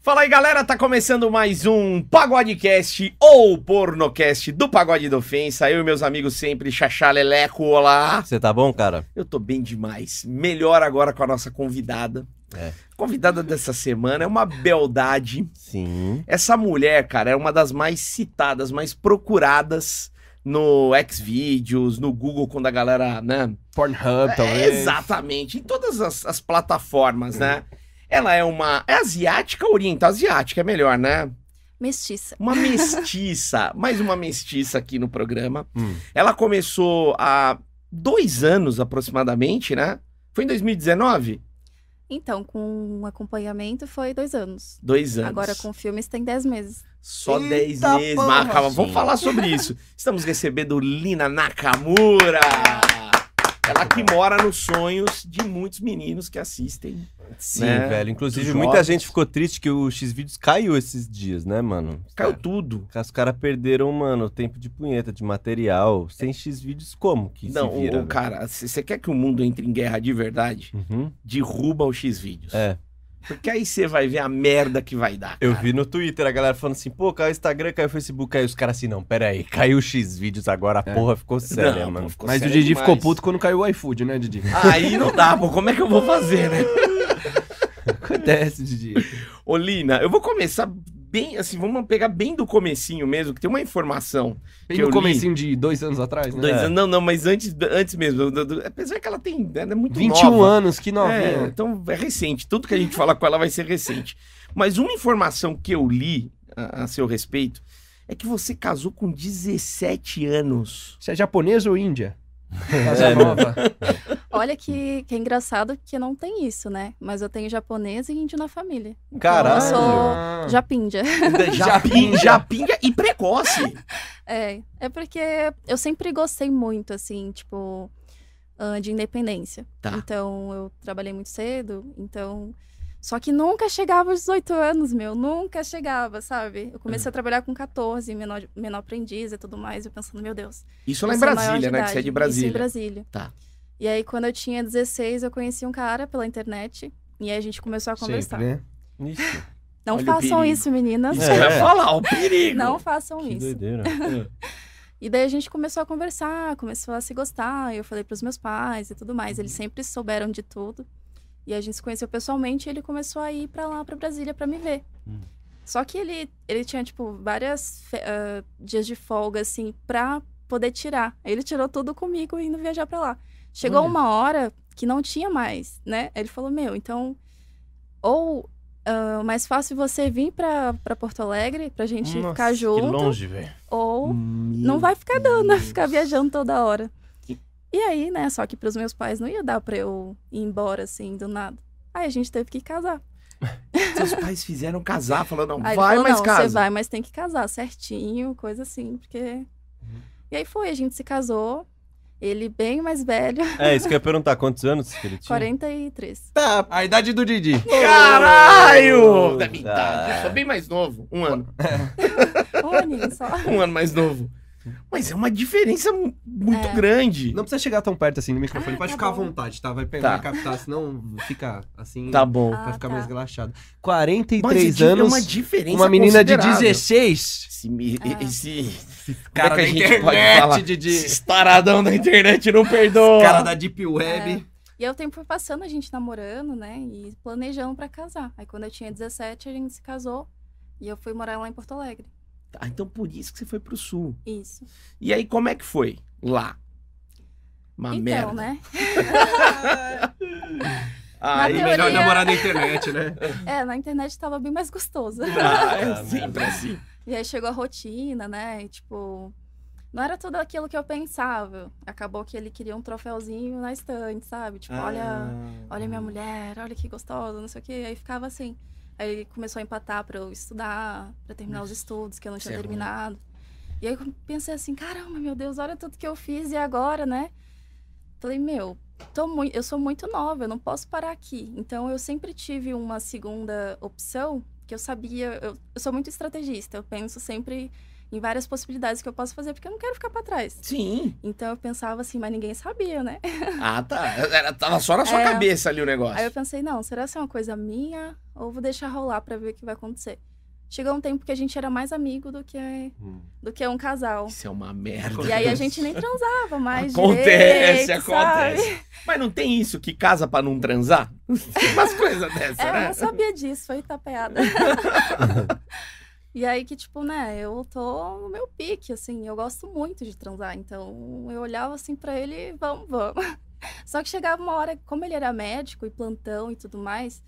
Fala aí, galera, tá começando mais um Pagodecast ou Pornocast do Pagode da Ofensa. Eu e meus amigos sempre, Xaxá Leleco, olá. Você tá bom, cara? Eu tô bem demais. Melhor agora com a nossa convidada. É. Convidada dessa semana é uma beldade. Sim. Essa mulher, cara, é uma das mais citadas, mais procuradas no Xvideos, no Google, quando a galera, né? Pornhub, É, exatamente, em todas as, as plataformas, né? Ela é uma. É asiática ou oriental? Asiática é melhor, né? Mestiça. Uma mestiça, mais uma mestiça aqui no programa. Hum. Ela começou há dois anos aproximadamente, né? Foi em 2019? Então, com um acompanhamento foi dois anos. Dois anos. Agora com filmes tem dez meses. Só Eita 10 meses. porra! Mas calma, vamos Sim. falar sobre isso. Estamos recebendo Lina Nakamura. Ela que mora nos sonhos de muitos meninos que assistem. Sim, né? velho. Inclusive, Dos muita jovens. gente ficou triste que o X-Vídeos caiu esses dias, né, mano? Caiu tudo. Os caras perderam, mano, o tempo de punheta, de material. Sem X-Vídeos, como que Não, se o- vira? né? o, cara, se você quer que o mundo entre em guerra de verdade, velho? Uhum. derruba o X-Vídeos. É. Porque aí você vai ver a merda que vai dar. Eu cara. vi no Twitter a galera falando assim, pô, caiu o Instagram, caiu o Facebook, caiu os caras assim, não, pera aí, caiu o X-Vídeos agora, a porra ficou séria, Não, mano. pô, ficou Mas o sério Didi ficou demais. puto quando caiu o iFood, né, Didi? Aí não dá, pô. Como é que eu vou fazer, né? Acontece, Didi. Ô, Lina, eu vou começar bem, assim, vamos pegar bem do comecinho mesmo, que tem uma informação Bem Que eu no li. comecinho de dois anos atrás, né? Dois É. anos, não, não, mas antes, antes mesmo. do- do- Apesar que ela tem. Ela é muito 21 nova. anos, que É, novinha. então é recente. Tudo que a gente falar com ela vai ser recente. Mas uma informação que eu li a, a seu respeito é que você casou com 17 anos. Você é japonesa ou índia? Casa É, né? nova. Olha que, que é engraçado que não tem isso, né? Mas eu tenho japonês e índio na família. Caralho. Eu sou Ah. Ah. japindia. Japinga, japinga e precoce. É, é porque eu sempre gostei muito, assim, tipo, ah, de independência. Tá. Então, eu trabalhei muito cedo, então... Só que nunca chegava aos 18 anos, meu. Nunca chegava, sabe? Eu Hum. comecei a trabalhar com 14, menor, menor aprendiz e tudo mais. Eu pensando, meu Deus, Isso lá em Eu sou maior Brasília, de né? Que você é de idade. Isso, em Brasília. Brasília. Tá. E aí, quando eu tinha 16, eu conheci um cara pela internet. E aí a gente começou a conversar. Sempre, né? Ixi, Não Olha o façam perigo. isso, meninas. Isso que eu ia É. falar, o perigo. Não façam que isso. doideira. E daí a gente começou a conversar, começou a se gostar. Eu falei pros meus pais e tudo mais. Uhum. Eles sempre souberam de tudo. E a gente se conheceu pessoalmente e ele começou a ir pra lá, pra Brasília, pra me ver. Hum. Só que ele, ele tinha, tipo, várias fe- ah, dias de folga, assim, pra poder tirar. Aí Ele tirou tudo comigo indo viajar pra lá. Chegou Olha. uma hora que não tinha mais, né? Ele falou, meu, então... Ou ah, mais fácil você vir pra, pra Porto Alegre, pra gente Nossa, ficar junto. Que longe, velho. Ou Não não vai ficar dando, vai ficar viajando toda hora. E aí, né, só que pros meus pais não ia dar pra eu ir embora, assim, do nada. Aí a gente teve que casar. Seus pais fizeram casar, falando, não, Aí ele vai, falou, mas não, casa. você vai, mas tem que casar certinho, coisa assim, porque... Uhum. E aí foi, a gente se casou, ele bem mais velho, É, isso que eu ia perguntar, quantos anos que ele tinha? 43. Tá, A idade do Didi. Caralho! Da minha Ah. idade, eu sou bem mais novo. Um ano. Um aninho só. Um ano mais novo. Mas é uma diferença mu- muito É. grande. Não precisa chegar tão perto assim no microfone. Ah, Pode tá ficar bom. à vontade, tá? Vai pegar, Tá. vai captar, senão fica assim. Tá bom. Ah, Pra ficar tá. mais relaxado. Mas 43 é di- é anos, uma diferença uma menina de considerável. 16. Esse, mi- Ah. esse Cara é que a da gente pode internet, falar? Didi. esse taradão da internet não perdoa. Cara da Deep Web. E aí o tempo foi passando, a gente namorando, né, e planejando pra casar. Aí quando eu tinha 17, a gente se casou e eu fui morar lá em Porto Alegre. Ah, então por isso que você foi pro sul. Isso. E aí, como é que foi? Lá. Uma então, merda. né, Aí, Na teoria- Melhor namorar na internet, né? É, na internet tava bem mais gostoso. Ah, é Ah, sempre merda. assim. e aí chegou a rotina, né? E, tipo, não era tudo aquilo que eu pensava. Acabou que ele queria um troféuzinho na estante, sabe? Tipo, Ah. olha, olha minha mulher, olha que gostosa, não sei o quê. Aí ficava assim. Aí ele começou a empatar pra eu estudar, pra terminar os estudos que eu não Isso tinha é ruim. terminado. E aí eu pensei assim, caramba, meu Deus, olha tudo que eu fiz e agora, né? Falei, meu, tô mui- eu sou muito nova, eu não posso parar aqui. Então eu sempre tive uma segunda opção que eu sabia, eu, eu sou muito estrategista, eu penso sempre em várias possibilidades que eu posso fazer, porque eu não quero ficar pra trás. Sim. Então eu pensava assim, mas ninguém sabia, né? Ah, tá. Era, tava só na sua É. cabeça ali o negócio. Aí eu pensei, não, será que é uma coisa minha? Ou vou deixar rolar pra ver o que vai acontecer? Chegou um tempo que a gente era mais amigo do que, Hum. do que um casal. Isso é uma merda. E aí a gente nem transava mais. Acontece, direito, acontece. sabe? Mas não tem isso que casa pra não transar? Tem umas coisas dessa, É, eu né? não sabia disso, foi tapeada. e aí que, tipo, né, eu tô no meu pique, assim, eu gosto muito de transar. Então eu olhava assim pra ele, vamos, vamos. Só que chegava uma hora, como ele era médico e plantão e tudo mais,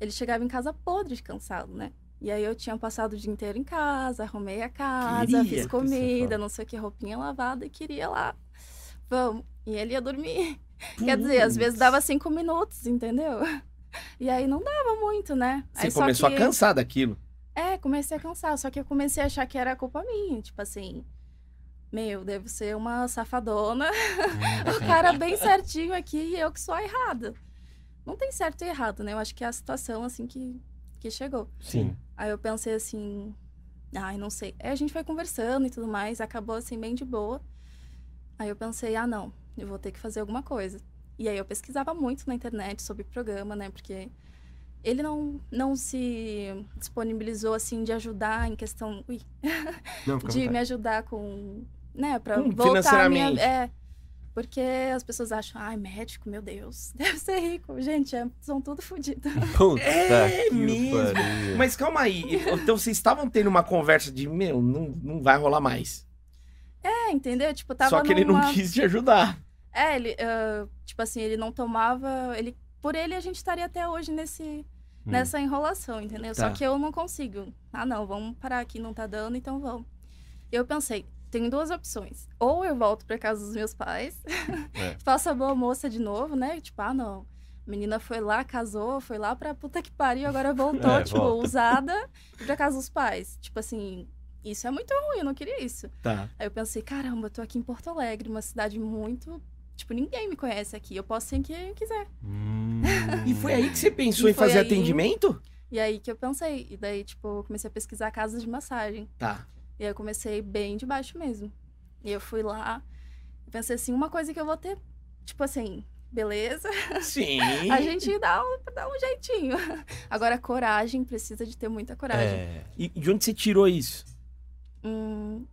ele chegava em casa podre de cansado, né? E aí eu tinha passado o dia inteiro em casa, arrumei a casa, Queria fiz que você comida, fala. não sei o que, roupinha lavada e queria lá. Vamos. E ele ia dormir. Quer dizer, às vezes dava cinco minutos, entendeu? E aí não dava muito, né? Você aí só começou que- a cansar daquilo. É, comecei a cansar, só que eu comecei a achar que era culpa minha, tipo assim. Meu, devo ser uma safadona. o cara bem certinho aqui e eu que sou a errada. Não tem certo e errado, né? Eu acho que é a situação, assim, que, que chegou. Sim. Aí eu pensei assim, ai, não sei. Aí a gente foi conversando e tudo mais, acabou assim bem de boa. Aí eu pensei, ah, não, eu vou ter que fazer alguma coisa. E aí eu pesquisava muito na internet sobre programa, né? Porque ele não, não se disponibilizou assim de ajudar em questão, ui, Não, fica à de me vontade. ajudar com, né, para Hum, voltar a minha, financeiramente. é. Porque as pessoas acham, ai, médico, meu Deus, deve ser rico. Gente, é- são tudo fodidos. Puta É que mesmo. É. pariu. Mas calma aí. Então vocês estavam tendo uma conversa de, meu, não, não vai rolar mais. É, entendeu? Tipo, tava Só que ele numa... não quis te ajudar. É, ele, ah, tipo assim, ele não tomava. Ele, por ele, a gente estaria até hoje nesse, Hum. nessa enrolação, entendeu? Tá. Só que eu não consigo. Ah, não, vamos parar aqui, não tá dando, então vamos. Eu pensei, tem duas opções. Ou eu volto pra casa dos meus pais, É. faço a boa moça de novo, né? Tipo, ah, não. a Menina foi lá, casou, foi lá pra puta que pariu, agora voltou, É, tipo, volta. usada, e pra casa dos pais. Tipo assim, isso é muito ruim, eu não queria isso. Tá. Aí eu pensei, caramba, eu tô aqui em Porto Alegre, uma cidade muito. Tipo, ninguém me conhece aqui. Eu posso ser em quem eu quiser. Hum. E foi aí que você pensou E em foi fazer aí- atendimento? E aí que eu pensei. E daí, tipo, eu comecei a pesquisar casas de massagem. Tá. E aí eu comecei bem de baixo mesmo. E eu fui lá, pensei assim, uma coisa que eu vou ter. Tipo assim, beleza, Sim. a gente dá um, dá um jeitinho. Agora, coragem, precisa de ter muita coragem. É. E de onde você tirou isso? Hum,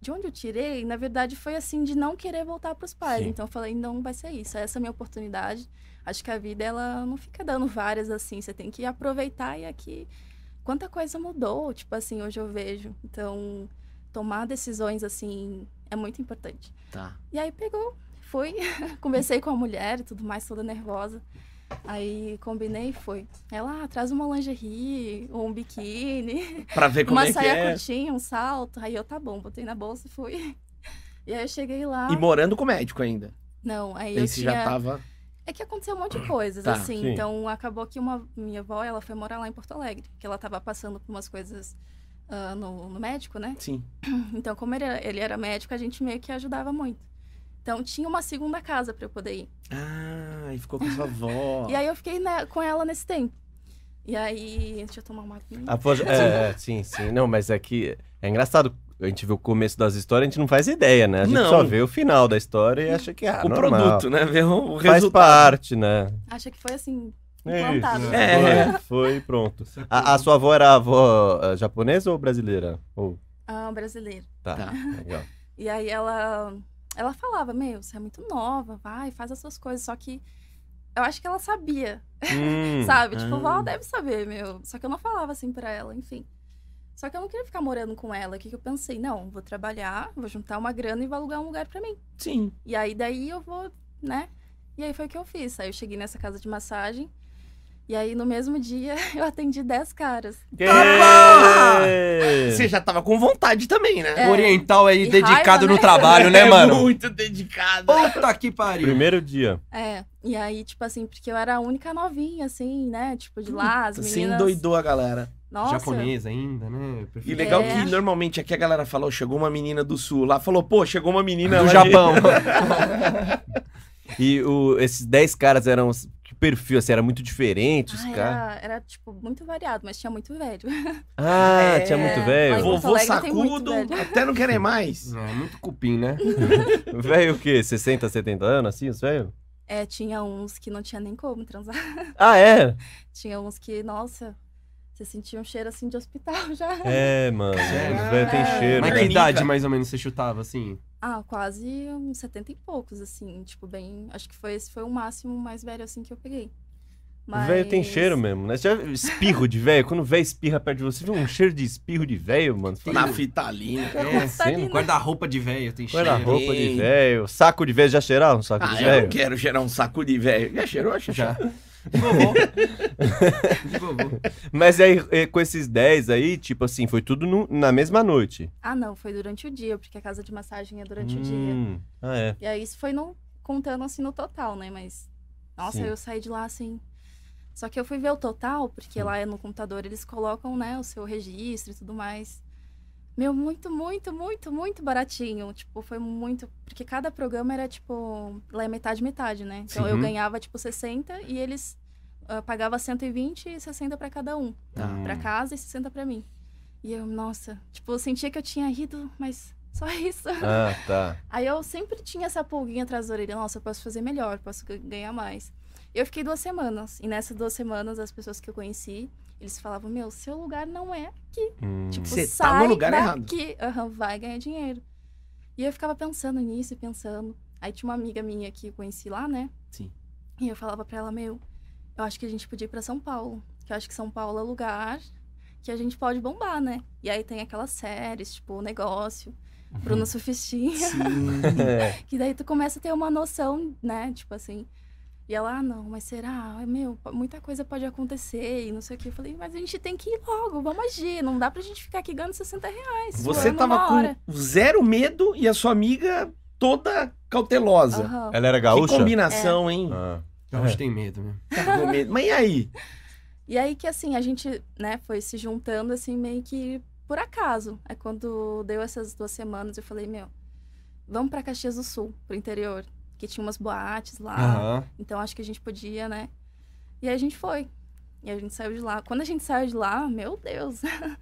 de onde eu tirei, na verdade, foi assim de não querer voltar pros pais. Sim. Então eu falei, não vai ser isso, essa é a minha oportunidade. Acho que a vida ela não fica dando várias assim, você tem que aproveitar e aqui quanta coisa mudou, tipo assim, hoje eu vejo. Então, tomar decisões assim é muito importante. Tá. E aí pegou, fui, conversei com a mulher e tudo mais, toda nervosa. Aí combinei e foi. Ela, ah, traz uma lingerie, ou um biquíni. Pra ver como Uma é que saia é. curtinha, um salto. Aí eu, tá bom, botei na bolsa e fui. E aí eu cheguei lá. E morando com o médico ainda. Não, aí eu Aí você tinha. já tava. É que aconteceu um monte de coisas, Tá, assim. sim. Então acabou que uma minha avó, ela foi morar lá em Porto Alegre, porque ela tava passando por umas coisas ah, no, no médico, né? Sim. Então, como ele era, ele era médico, a gente meio que ajudava muito. Então tinha uma segunda casa pra eu poder ir. Ah, e ficou com sua avó. E aí eu fiquei né, com ela nesse tempo. E aí, deixa eu tomar uma aguinha. Após... é, é, sim, sim. Não, mas é que é engraçado. A gente vê o começo das histórias, a gente não faz ideia, né? A gente Não. só vê o final da história e acha que é ah, o normal. produto, né? Ver o Faz resultado. parte, né? Acha que foi assim, É Então isso. implantado. né? É. Foi, foi e pronto. Só que- A, a sua avó era a avó ah, japonesa ou brasileira? Ou... Ah, brasileiro. Tá, Tá. legal. E aí ela ela falava, meu, você é muito nova, vai, faz as suas coisas. Só que eu acho que ela sabia, Hum, sabe? Tipo, ah. vó deve saber, meu. Só que eu não falava assim pra ela, enfim. Só que eu não queria ficar morando com ela. O que, que eu pensei? Não, vou trabalhar, vou juntar uma grana e vou alugar um lugar pra mim. Sim. E aí daí eu vou, né? E aí foi o que eu fiz. Aí eu cheguei nessa casa de massagem. E aí no mesmo dia eu atendi 10 caras. Que- porra! É. Você já tava com vontade também, né? É. O Oriental aí E raiva, dedicado né? no trabalho, né, É mano? Muito dedicado. Puta que pariu. Primeiro dia. É. E aí, tipo assim, porque eu era a única novinha, assim, né? Tipo, de lá, as Você meninas. endoidou a galera. Nossa. ah, Japonês ainda, né? Prefiro- E legal É. que normalmente aqui a galera fala, ó, chegou uma menina do sul. Lá falou, pô, chegou uma né? menina do lá de- Japão. E o- esses 10 caras eram. Que perfil, assim, era muito diferente os Ah, caras. era, era, tipo, muito variado, mas tinha muito velho. Ah, É, tinha muito é. velho. Vou- Vovô Alegre tem muito, sacudo, velho. até não querer mais. É, muito cupim, né? Velho o quê? 60, 70 anos, assim, os velhos? É, tinha uns que não tinha nem como transar. Ah, é? Tinha uns que, nossa, você sentia um cheiro assim de hospital já. É, mano. Sério? Os velhos têm É. cheiro. Mas né? que Amiga. idade mais ou menos você chutava, assim? Ah, quase uns 70 e poucos, assim, tipo, bem. Acho que foi esse foi o máximo mais velho assim que eu peguei. Mas... Velho tem cheiro mesmo, né? Você já viu espirro de velho? Quando o velho espirra perto de você, você viu um cheiro de espirro de velho, mano? Você fala, Na fitalina. É, né? sim, Guarda-roupa de velho, tem Qual era a cheiro. roupa de Ei. velho? Saco de velho, já cheirava um saco Ah, de eu não velho? quero gerar um saco de velho. Já cheirou, Xaxá? Já. De vovô. de vovô. Mas aí, eh, com esses 10 aí, tipo assim, foi tudo no- na mesma noite. Ah, não, foi durante o dia, porque a casa de massagem é durante o dia. Hum, Ah, é. E aí isso foi no, contando assim no total, né? Mas. Nossa, Sim. eu saí de lá assim. Só que eu fui ver o total, porque Hum. lá é no computador eles colocam, né, o seu registro e tudo mais. Meu, muito, muito, muito, muito baratinho. Tipo, foi muito. Porque cada programa era, tipo, lá é metade, metade, né? Então eu Uhum. ganhava, tipo, 60 e eles ah, pagava 120 e 60 pra cada um. Hum. Pra casa e 60 pra mim. E eu, nossa, tipo, eu sentia que eu tinha rido, mas só isso. Ah, tá. Aí eu sempre tinha essa pulguinha atrás da orelha, nossa, eu posso fazer melhor, posso ga- ganhar mais. Eu fiquei duas semanas, e nessas duas semanas as pessoas que eu conheci, eles falavam, meu, seu lugar não é aqui. Hum. Tipo, Você tá sai no lugar errado." daqui, Aham, vai ganhar dinheiro. E eu ficava pensando nisso e pensando. Aí tinha uma amiga minha que eu conheci lá, né? Sim. E eu falava pra ela, meu, eu acho que a gente podia ir pra São Paulo. Que eu acho que São Paulo é lugar que a gente pode bombar, né? E aí tem aquelas séries, tipo, o negócio, Uhum. Bruno Sufistinha. Sim. É. Que daí tu começa a ter uma noção, né? Tipo assim. E ela, ah, não, mas será? Ai, Meu, p- muita coisa pode acontecer e não sei o que. Eu falei, mas a gente tem que ir logo, vamos agir. Não dá pra gente ficar aqui ganhando 60 reais. Você suando tava uma hora. com zero medo e a sua amiga toda cautelosa. Aham. Ela era Que gaúcha? combinação, hein? Ah. Gaúcho tem medo mesmo. Tá com medo. Mas e aí? E aí que assim, a gente, né, foi se juntando assim, meio que por acaso. Aí quando deu essas duas semanas, eu falei, meu, vamos pra Caxias do Sul, pro interior. Que tinha umas boates lá. Ah. Aham. Então acho que a gente podia, né? E aí a gente foi. E a gente saiu de lá. Quando a gente saiu de lá, meu Deus.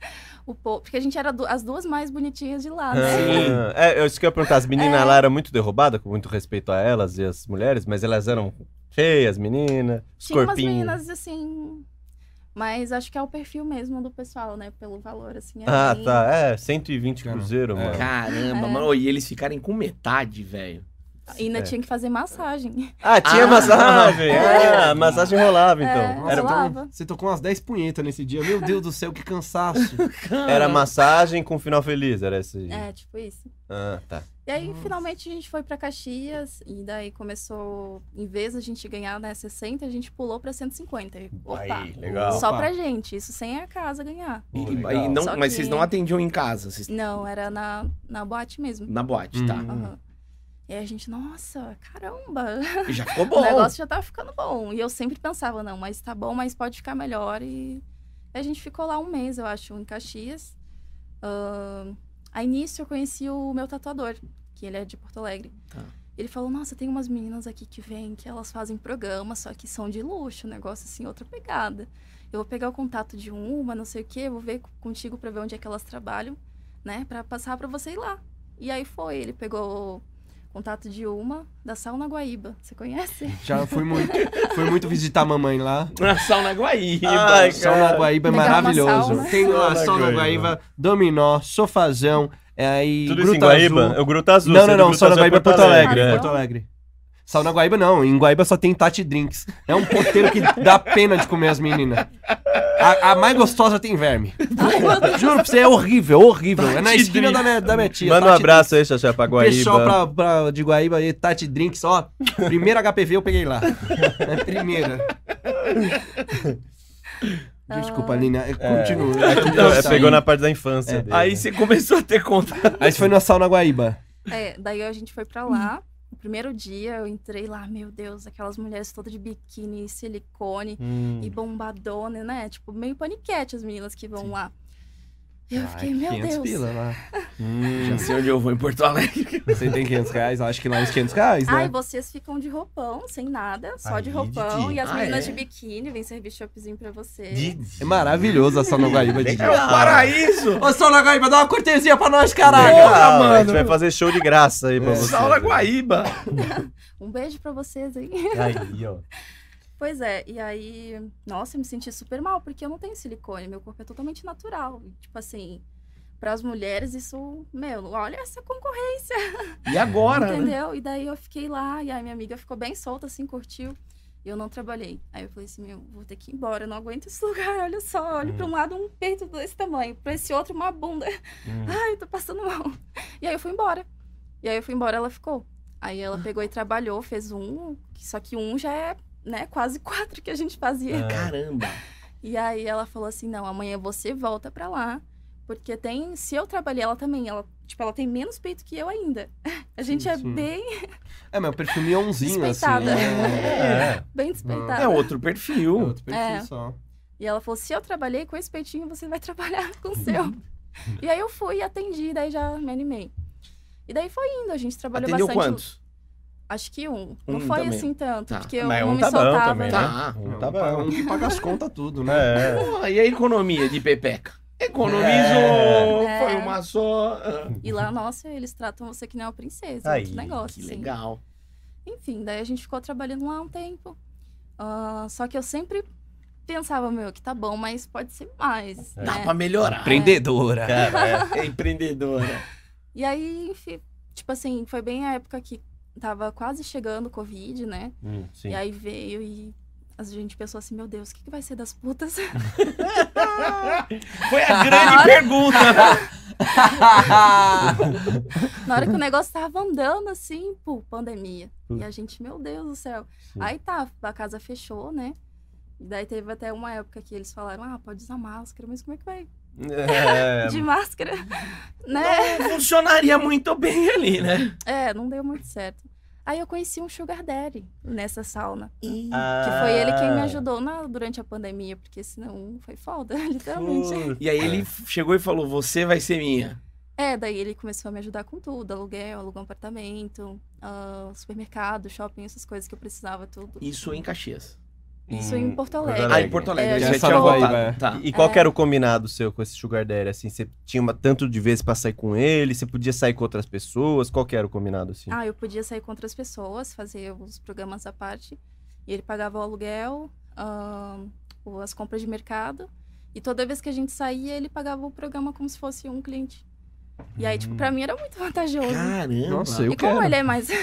o povo, porque a gente era du- as duas mais bonitinhas de lá, né? Ah, É, eu isso que eu ia perguntar, as meninas lá eram muito derrubadas, com muito respeito a elas e as mulheres, mas elas eram feias, meninas, os Tinha umas corpinhos. meninas assim, mas acho que é o perfil mesmo do pessoal, né? Pelo valor assim. é Ah, bem- tá, é, 120 Cara, cruzeiro, é. mano. Caramba, mano. E eles ficarem com metade, velho. E ainda É. tinha que fazer massagem. Ah, tinha Ah. massagem! Ah, a massagem rolava, então. É, Nossa, era, rolava. então, você tocou umas 10 punhetas nesse dia. Meu Deus do céu, que cansaço. era massagem com final feliz, era esse. É, tipo isso. Ah, tá. E aí, Nossa. finalmente, a gente foi pra Caxias. E daí começou, em vez da gente ganhar, né, 60, a gente pulou pra 150. E, Opa! Aí, legal. Só Opa. pra gente, isso sem a casa ganhar. E- Pô, e- legal. e não- Só mas que- vocês não atendiam em casa, vocês... Não, era na, na boate mesmo. na boate, tá? Hum. Aham. E aí a gente, nossa, caramba, E já ficou o bom. negócio já tava ficando bom. E eu sempre pensava, não, mas tá bom, mas pode ficar melhor. E a gente ficou lá um mês, eu acho, em Caxias. Ahn, a início eu conheci o meu tatuador, que ele é de Porto Alegre. Tá. Ele falou, nossa, tem umas meninas aqui que vêm, que elas fazem programa, só que são de luxo, um negócio assim, outra pegada. Eu vou pegar o contato de uma, não sei o quê, vou ver co- contigo pra ver onde é que elas trabalham, né? Pra passar pra você ir lá. E aí foi, ele pegou o contato de uma da Sauna Guaíba. Você conhece? Já fui muito, fui muito visitar a mamãe lá. Na sauna Guaíba. Ai, O um Sol na Guaíba é Pegar uma maravilhoso. sauna. Tem lá Sol Sol na na Guaíba. Guaíba, dominó, sofazão, é, aí Tudo isso em Gruta Guaíba? Azul. É o Gruta Azul. Não, você não, é do não, Gruta Sol na Azul, é Guaíba é Porto Alegre. Alegre, é né? Porto Alegre. Sal na Guaíba não, em Guaíba só tem Tati Drinks. É um ponteiro que dá pena de comer as meninas. A, a mais gostosa tem verme. Juro pra você, é horrível, horrível. É na Tati esquina da minha, da minha tia. Manda um Tati abraço aí, Xaxá, pra Guaíba. Pessoal pra, pra- de Guaíba aí, Tati Drinks, ó. Primeira HPV eu peguei lá. É primeira. Ah. Desculpa, Nina. eu Continuo. Não, é, Isso tá aí. É. pegou na parte da infância dele. É. Aí você começou a ter contato. Aí você foi na sauna Guaíba. É, daí a gente foi pra lá. O primeiro dia eu entrei lá, meu Deus, aquelas mulheres todas de biquíni, silicone Hum. e bombadona, né? Tipo, meio paniquete as meninas que vão lá. Eu fiquei, meu Deus. pila lá. Hum. Já sei onde eu vou em Porto Alegre. Você tem 500 reais, acho que lá uns 500 reais, né? Ai, vocês ficam de roupão, sem nada, só Aí, de roupão. Didi. E as Ah, meninas é? de biquíni vêm servir shopping pra você. É maravilhoso a Sonogaíba de É o paraíso! Ô, Sonogaíba, dá uma cortesia pra nós, Legal. Legal, mano. A gente vai fazer show de graça aí pra É. você. Saula Guaíba! Um beijo pra vocês aí. Aí, ó. Pois é, e aí, nossa, eu me senti super mal, porque eu não tenho silicone, meu corpo é totalmente natural. E, Tipo assim, para as mulheres, isso, meu, olha essa concorrência, E agora, né? entendeu? E daí eu fiquei lá, e aí minha amiga ficou bem solta, assim, curtiu. E eu não trabalhei. Aí eu falei assim, meu, vou ter que ir embora, eu não aguento esse lugar, olha só. Olho Hum. pra um lado um peito desse tamanho, pra esse outro uma bunda. Hum. Ai, eu tô passando mal. E aí eu fui embora. E aí eu fui embora, ela ficou. Aí ela pegou e trabalhou, fez um, só que um já é, né, quase quatro que a gente fazia. Ah. Caramba! E aí ela falou assim: "Não, amanhã você volta pra lá, porque tem, se eu trabalhei ela também, ela, tipo, ela tem menos peito que eu ainda. A gente Sim, é sim. bem, É, meu perfil mionzinho, assim. Despeitada. É, É. bem É despeitada. outro é perfil. outro perfil É. só. E ela falou: "Se eu trabalhei com esse peitinho, você vai trabalhar com o seu". e aí eu fui, atendi, daí já me animei. E daí foi indo, a gente trabalhou Atendeu bastante. quantos? Acho que um. Não Um foi também. assim tanto, Tá. porque eu Mas não um me tá bom soltava. também, né? Tá. Hum, É Tá um pa- bom. um que paga as contas tudo, né? É. Pô, e a economia de Pepeca? Economizou, É. foi uma só. ah, E lá, nossa, eles tratam você que nem uma princesa, Aí, outro negócio. Que assim. legal. Enfim, daí a gente ficou trabalhando lá um tempo. Ah, só que eu sempre pensava, meu, que tá bom, mas pode ser mais, É. né? Dá pra melhorar. Empreendedora. Cara, é. É empreendedora. E aí, enfim, tipo assim, foi bem a época que tava quase chegando o Covid, né? Hum, sim. E aí veio e a gente pensou assim, meu Deus, o que, que vai ser das putas? Foi a grande pergunta. Na hora que o negócio tava andando, assim, pô, pandemia. E a gente, meu Deus do céu. Hum. Sim. Aí tá, a casa fechou, né? E daí teve até uma época que eles falaram, ah, pode usar máscara, mas como é que vai? É, De máscara, né? Não É. funcionaria muito bem ali, né? É, não deu muito certo. Aí eu conheci um Sugar Daddy nessa sauna. ah, Que foi ele quem me ajudou na- durante a pandemia, porque senão foi foda, literalmente. E aí ele chegou e falou: Você vai ser minha. É, daí ele começou a me ajudar com tudo: aluguel, alugou um apartamento, ah, supermercado, shopping, essas coisas que eu precisava, tudo. Isso em Caxias. Isso é em Porto Alegre. Ah, em Porto Alegre. É, já já tinha falou aí, voltado. vai. Tá. Hum. E qual que era o combinado seu com esse Sugar Daddy? Assim, você tinha uma- tanto de vezes pra sair com ele, você podia sair com outras pessoas? Qual que era o combinado, assim? Ah, eu podia sair com outras pessoas, fazer os programas à parte. E ele pagava o aluguel, ahn, o- as compras de mercado. E toda vez que a gente saía, ele pagava o programa como se fosse um cliente. E aí, tipo, pra mim era muito vantajoso. Caramba. Nossa, eu e como quero. ele é mais.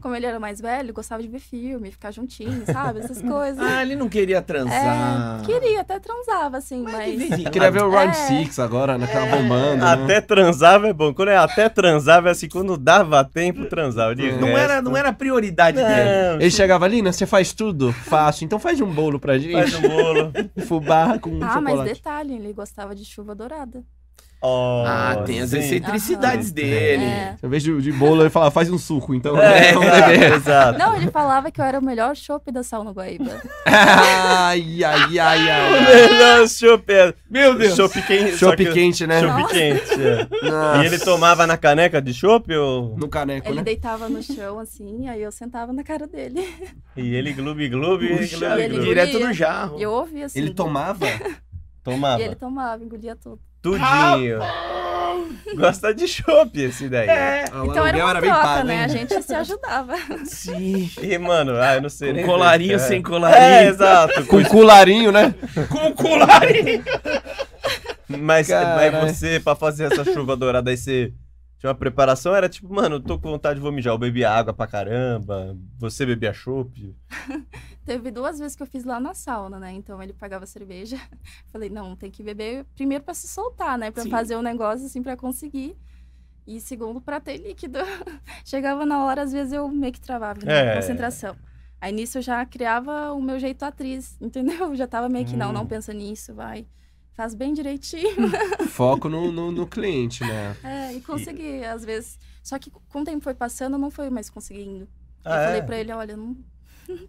como ele era mais velho, gostava de ver filme, ficar juntinho, sabe? Essas coisas. Ah, ele não queria transar. É, queria, até transava, assim, é mas. Mas... Queria ver o Round É. 6 agora, né? Que tava bombando. né? Até transava é bom. Quando é até transava, é assim, quando dava tempo, transava. é. De Não era, não era a prioridade É. dele. Não, Ele chegava ali, né? Você faz tudo? Faço. Então faz um bolo pra gente. faz um bolo. Fubá com Ah, mas chocolate. detalhe, ele gostava de chuva dourada. Oh, Ah, tem as sim. excentricidades Aham. dele. É. Em vez de, de bolo, ele falava, faz um suco, então. É, Vamos exato, beber. exato. Não, ele falava que eu era o melhor chopp da sauna Guaíba. ai, ai, ai, ai. Não, chope. é Meu Deus. Chope quente. só Chopp que- quente, né? Chope Nossa. quente. é. Nossa. E ele tomava na caneca de chope ou... No caneco, Ele né? deitava no chão, assim, aí eu sentava na cara dele. E ele gloob gloob Puxa, gloob, ele gloob. direto engolia. no jarro. E eu ouvia assim. Ele tomava Tomava. E ele tomava, engolia tudo. Tudinho. Gosta de chope esse daí. É. Ah, o então era aluguel uma bem troca, pago, né? hein? A gente se ajudava. Sim. E, mano, ah, eu não sei. Com nem colarinho, sei, sem é. É, colarinho. exato. Com cularinho, né? Com colarinho. Mas, Caralho. mas você, pra fazer essa chuva dourada aí, você tinha uma preparação? Era tipo, mano, eu tô com vontade de vou mijar. Eu bebi água pra caramba. Você bebia chope. Teve duas vezes que eu fiz lá na sauna, né? Então ele pagava cerveja. Falei, não, tem que beber primeiro pra se soltar, né? Pra Sim. fazer o negócio, assim, pra conseguir. E segundo, pra ter líquido. Chegava na hora, às vezes eu meio que travava na É. concentração. Aí nisso eu já criava o meu jeito atriz, entendeu? Eu já tava meio que, não, Hum. não pensa nisso, vai. Faz bem direitinho. Foco no, no, no cliente, né? É, e consegui, Ah, é. às vezes. Só que com o tempo foi passando, eu não foi mais conseguindo. eu falei pra ele, olha, não,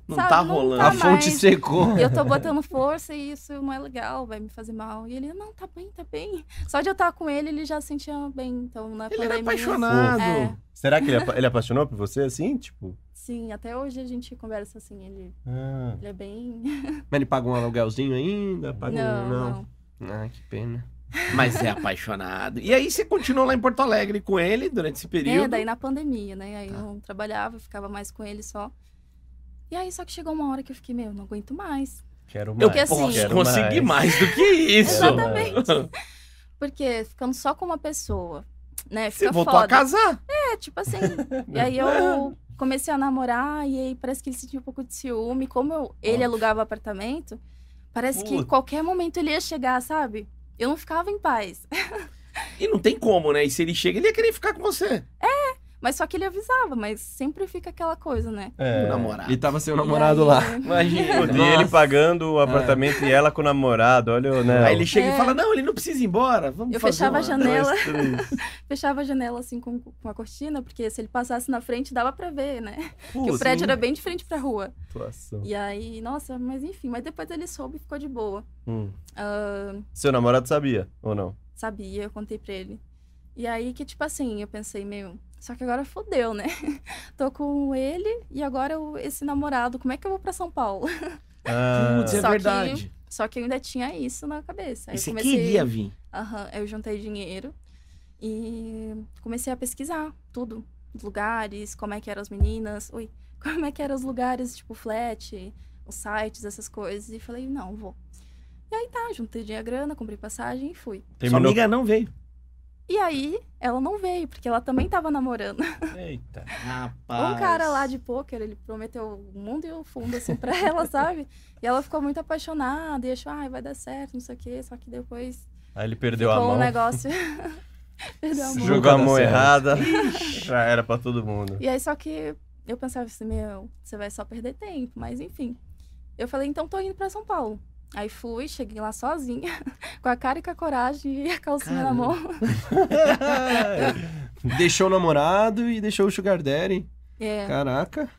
Não Sabe, tá não rolando. tá A fonte mais. secou. E eu tô botando força e isso não é legal, vai me fazer mal. E ele, não, tá bem, tá bem. Só de eu estar com ele, ele já se sentia bem. Então, na Ele era pandemia, apaixonado. É. Será que ele, apa- ele apaixonou por você assim? Tipo. Sim, até hoje a gente conversa assim, ele, Ah. ele é bem... Mas ele paga um aluguelzinho ainda? Paga um. Não. Ah, que pena. Mas é apaixonado. E aí você continuou lá em Porto Alegre com ele durante esse período. É, daí na pandemia, né? Aí Tá. eu não trabalhava, eu ficava mais com ele só. E aí, só que chegou uma hora que eu fiquei, meu, não aguento mais. Quero mais. Eu Porque posso assim- quero conseguir mais. do que isso. Quero mais. Exatamente. Porque ficando só com uma pessoa, né? Você Fica voltou foda. a casar. É, tipo assim. e aí É. eu comecei a namorar e aí parece que ele sentiu um pouco de ciúme. Como eu- ele Nossa. alugava apartamento, parece que Puta. qualquer momento ele ia chegar, sabe? Eu não ficava em paz. E não tem como, né? E se ele chega, ele ia querer ficar com você. Mas só que ele avisava, mas sempre fica aquela coisa, né? É. O namorado. E tava seu E namorado aí- lá. Pô, Imagina. E ele Nossa. pagando o apartamento e ela com o namorado, olha o né? É. Aí ele chega e É. fala: Não, ele não precisa ir embora. Vamos Eu fazer fechava uma... a janela. Dois, três. fechava a janela assim com, com a cortina, porque se ele passasse na frente dava pra ver, né? que Putz, o prédio era bem de frente pra rua. situação. E aí, nossa, mas enfim, mas depois ele soube e ficou de boa. Hum. Seu namorado sabia, ou não? Sabia, eu contei pra ele. E aí que tipo assim, eu pensei, meu, só que agora fodeu, né? Tô com ele e agora eu- esse namorado, como é que eu vou pra São Paulo? Ah, Putz, é Só que- verdade. Só que eu ainda tinha isso na cabeça. E Aí eu você comecei... queria vir. Aham, eu juntei dinheiro e comecei a pesquisar tudo. Os lugares, como é que eram as meninas, ui, como é que eram os lugares, tipo, flat, os sites, essas coisas. E falei, não, vou. E aí tá, juntei dinheiro, grana, comprei passagem e fui. Sua terminou. amiga não veio. E aí, ela não veio, porque ela também tava namorando. Eita. Rapaz. Ah, Um cara lá de pôquer, ele prometeu o mundo e o fundo, assim, pra ela, sabe? E ela ficou muito apaixonada e achou, ai, vai dar certo, não sei o quê. Só que depois Aí ele perdeu a ficou mão. um negócio... Perdeu a mão. Jogou a Nunca dá mão certo. errada. Já era pra todo mundo. E aí só que eu pensava assim, meu, você vai só perder tempo, mas enfim. Eu falei, então tô indo pra São Paulo. Aí fui, cheguei lá sozinha, com a cara e com a coragem e a calcinha na Caramba. mão. Deixou o namorado e deixou o Sugar Daddy. É. Caraca.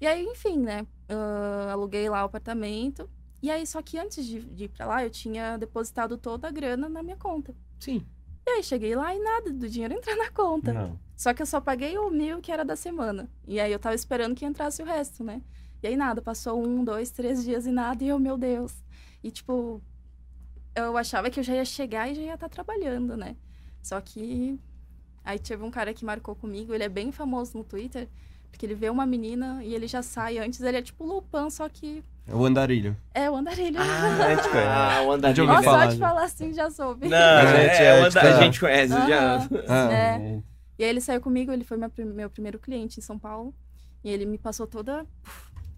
E aí, enfim, né? ah, aluguei lá o apartamento. E aí, só que antes de, de ir pra lá, eu tinha depositado toda a grana na minha conta. Sim. E aí cheguei lá e nada do dinheiro entrar na conta. Não. Só que eu só paguei o mil que era da semana. E aí eu tava esperando que entrasse o resto, né? E aí nada, passou um, dois, três dias e nada, e eu, meu Deus. E tipo, eu achava que eu já ia chegar e já ia estar trabalhando, né? Só que aí teve um cara que marcou comigo, ele é bem famoso no Twitter, porque ele vê uma menina e ele já sai antes, ele é tipo Lupan, só que É o andarilho. é o andarilho. Ah, gente conhece. o é Andarilho. ouvi Nossa, falar, só de já. falar assim já soube. Não, a Ah, gente é, o tipo, Andarilho. A gente conhece já. Aham. Ah, É. E aí ele saiu comigo, ele foi minha prim- meu primeiro cliente em São Paulo. E ele me passou toda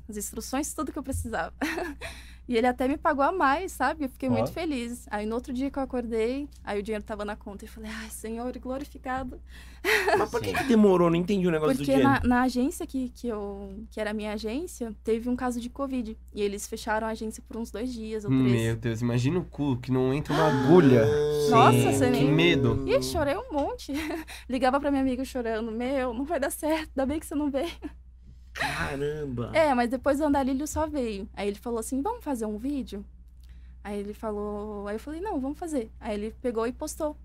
as instruções, tudo que eu precisava. e ele até me pagou a mais, sabe? Eu fiquei Ó. muito feliz. Aí no outro dia que eu acordei, aí o dinheiro tava na conta. E eu falei, ai, Senhor, glorificado. Mas por que, que demorou? Não entendi o negócio do Porque dinheiro. na, na agência que, que eu. que era a minha agência, teve um caso de Covid. E eles fecharam a agência por uns dois dias ou três. Meu Deus, imagina o cu que não entra uma agulha. Nossa, Sim, você Que nem- medo. Ih, chorei um monte. Ligava pra minha amiga chorando, meu, não vai dar certo, ainda bem que você não veio. Caramba. É, mas depois o andarilho só veio. Aí ele falou assim: vamos fazer um vídeo? Aí ele falou. Aí eu falei: não, vamos fazer. Aí ele pegou e postou.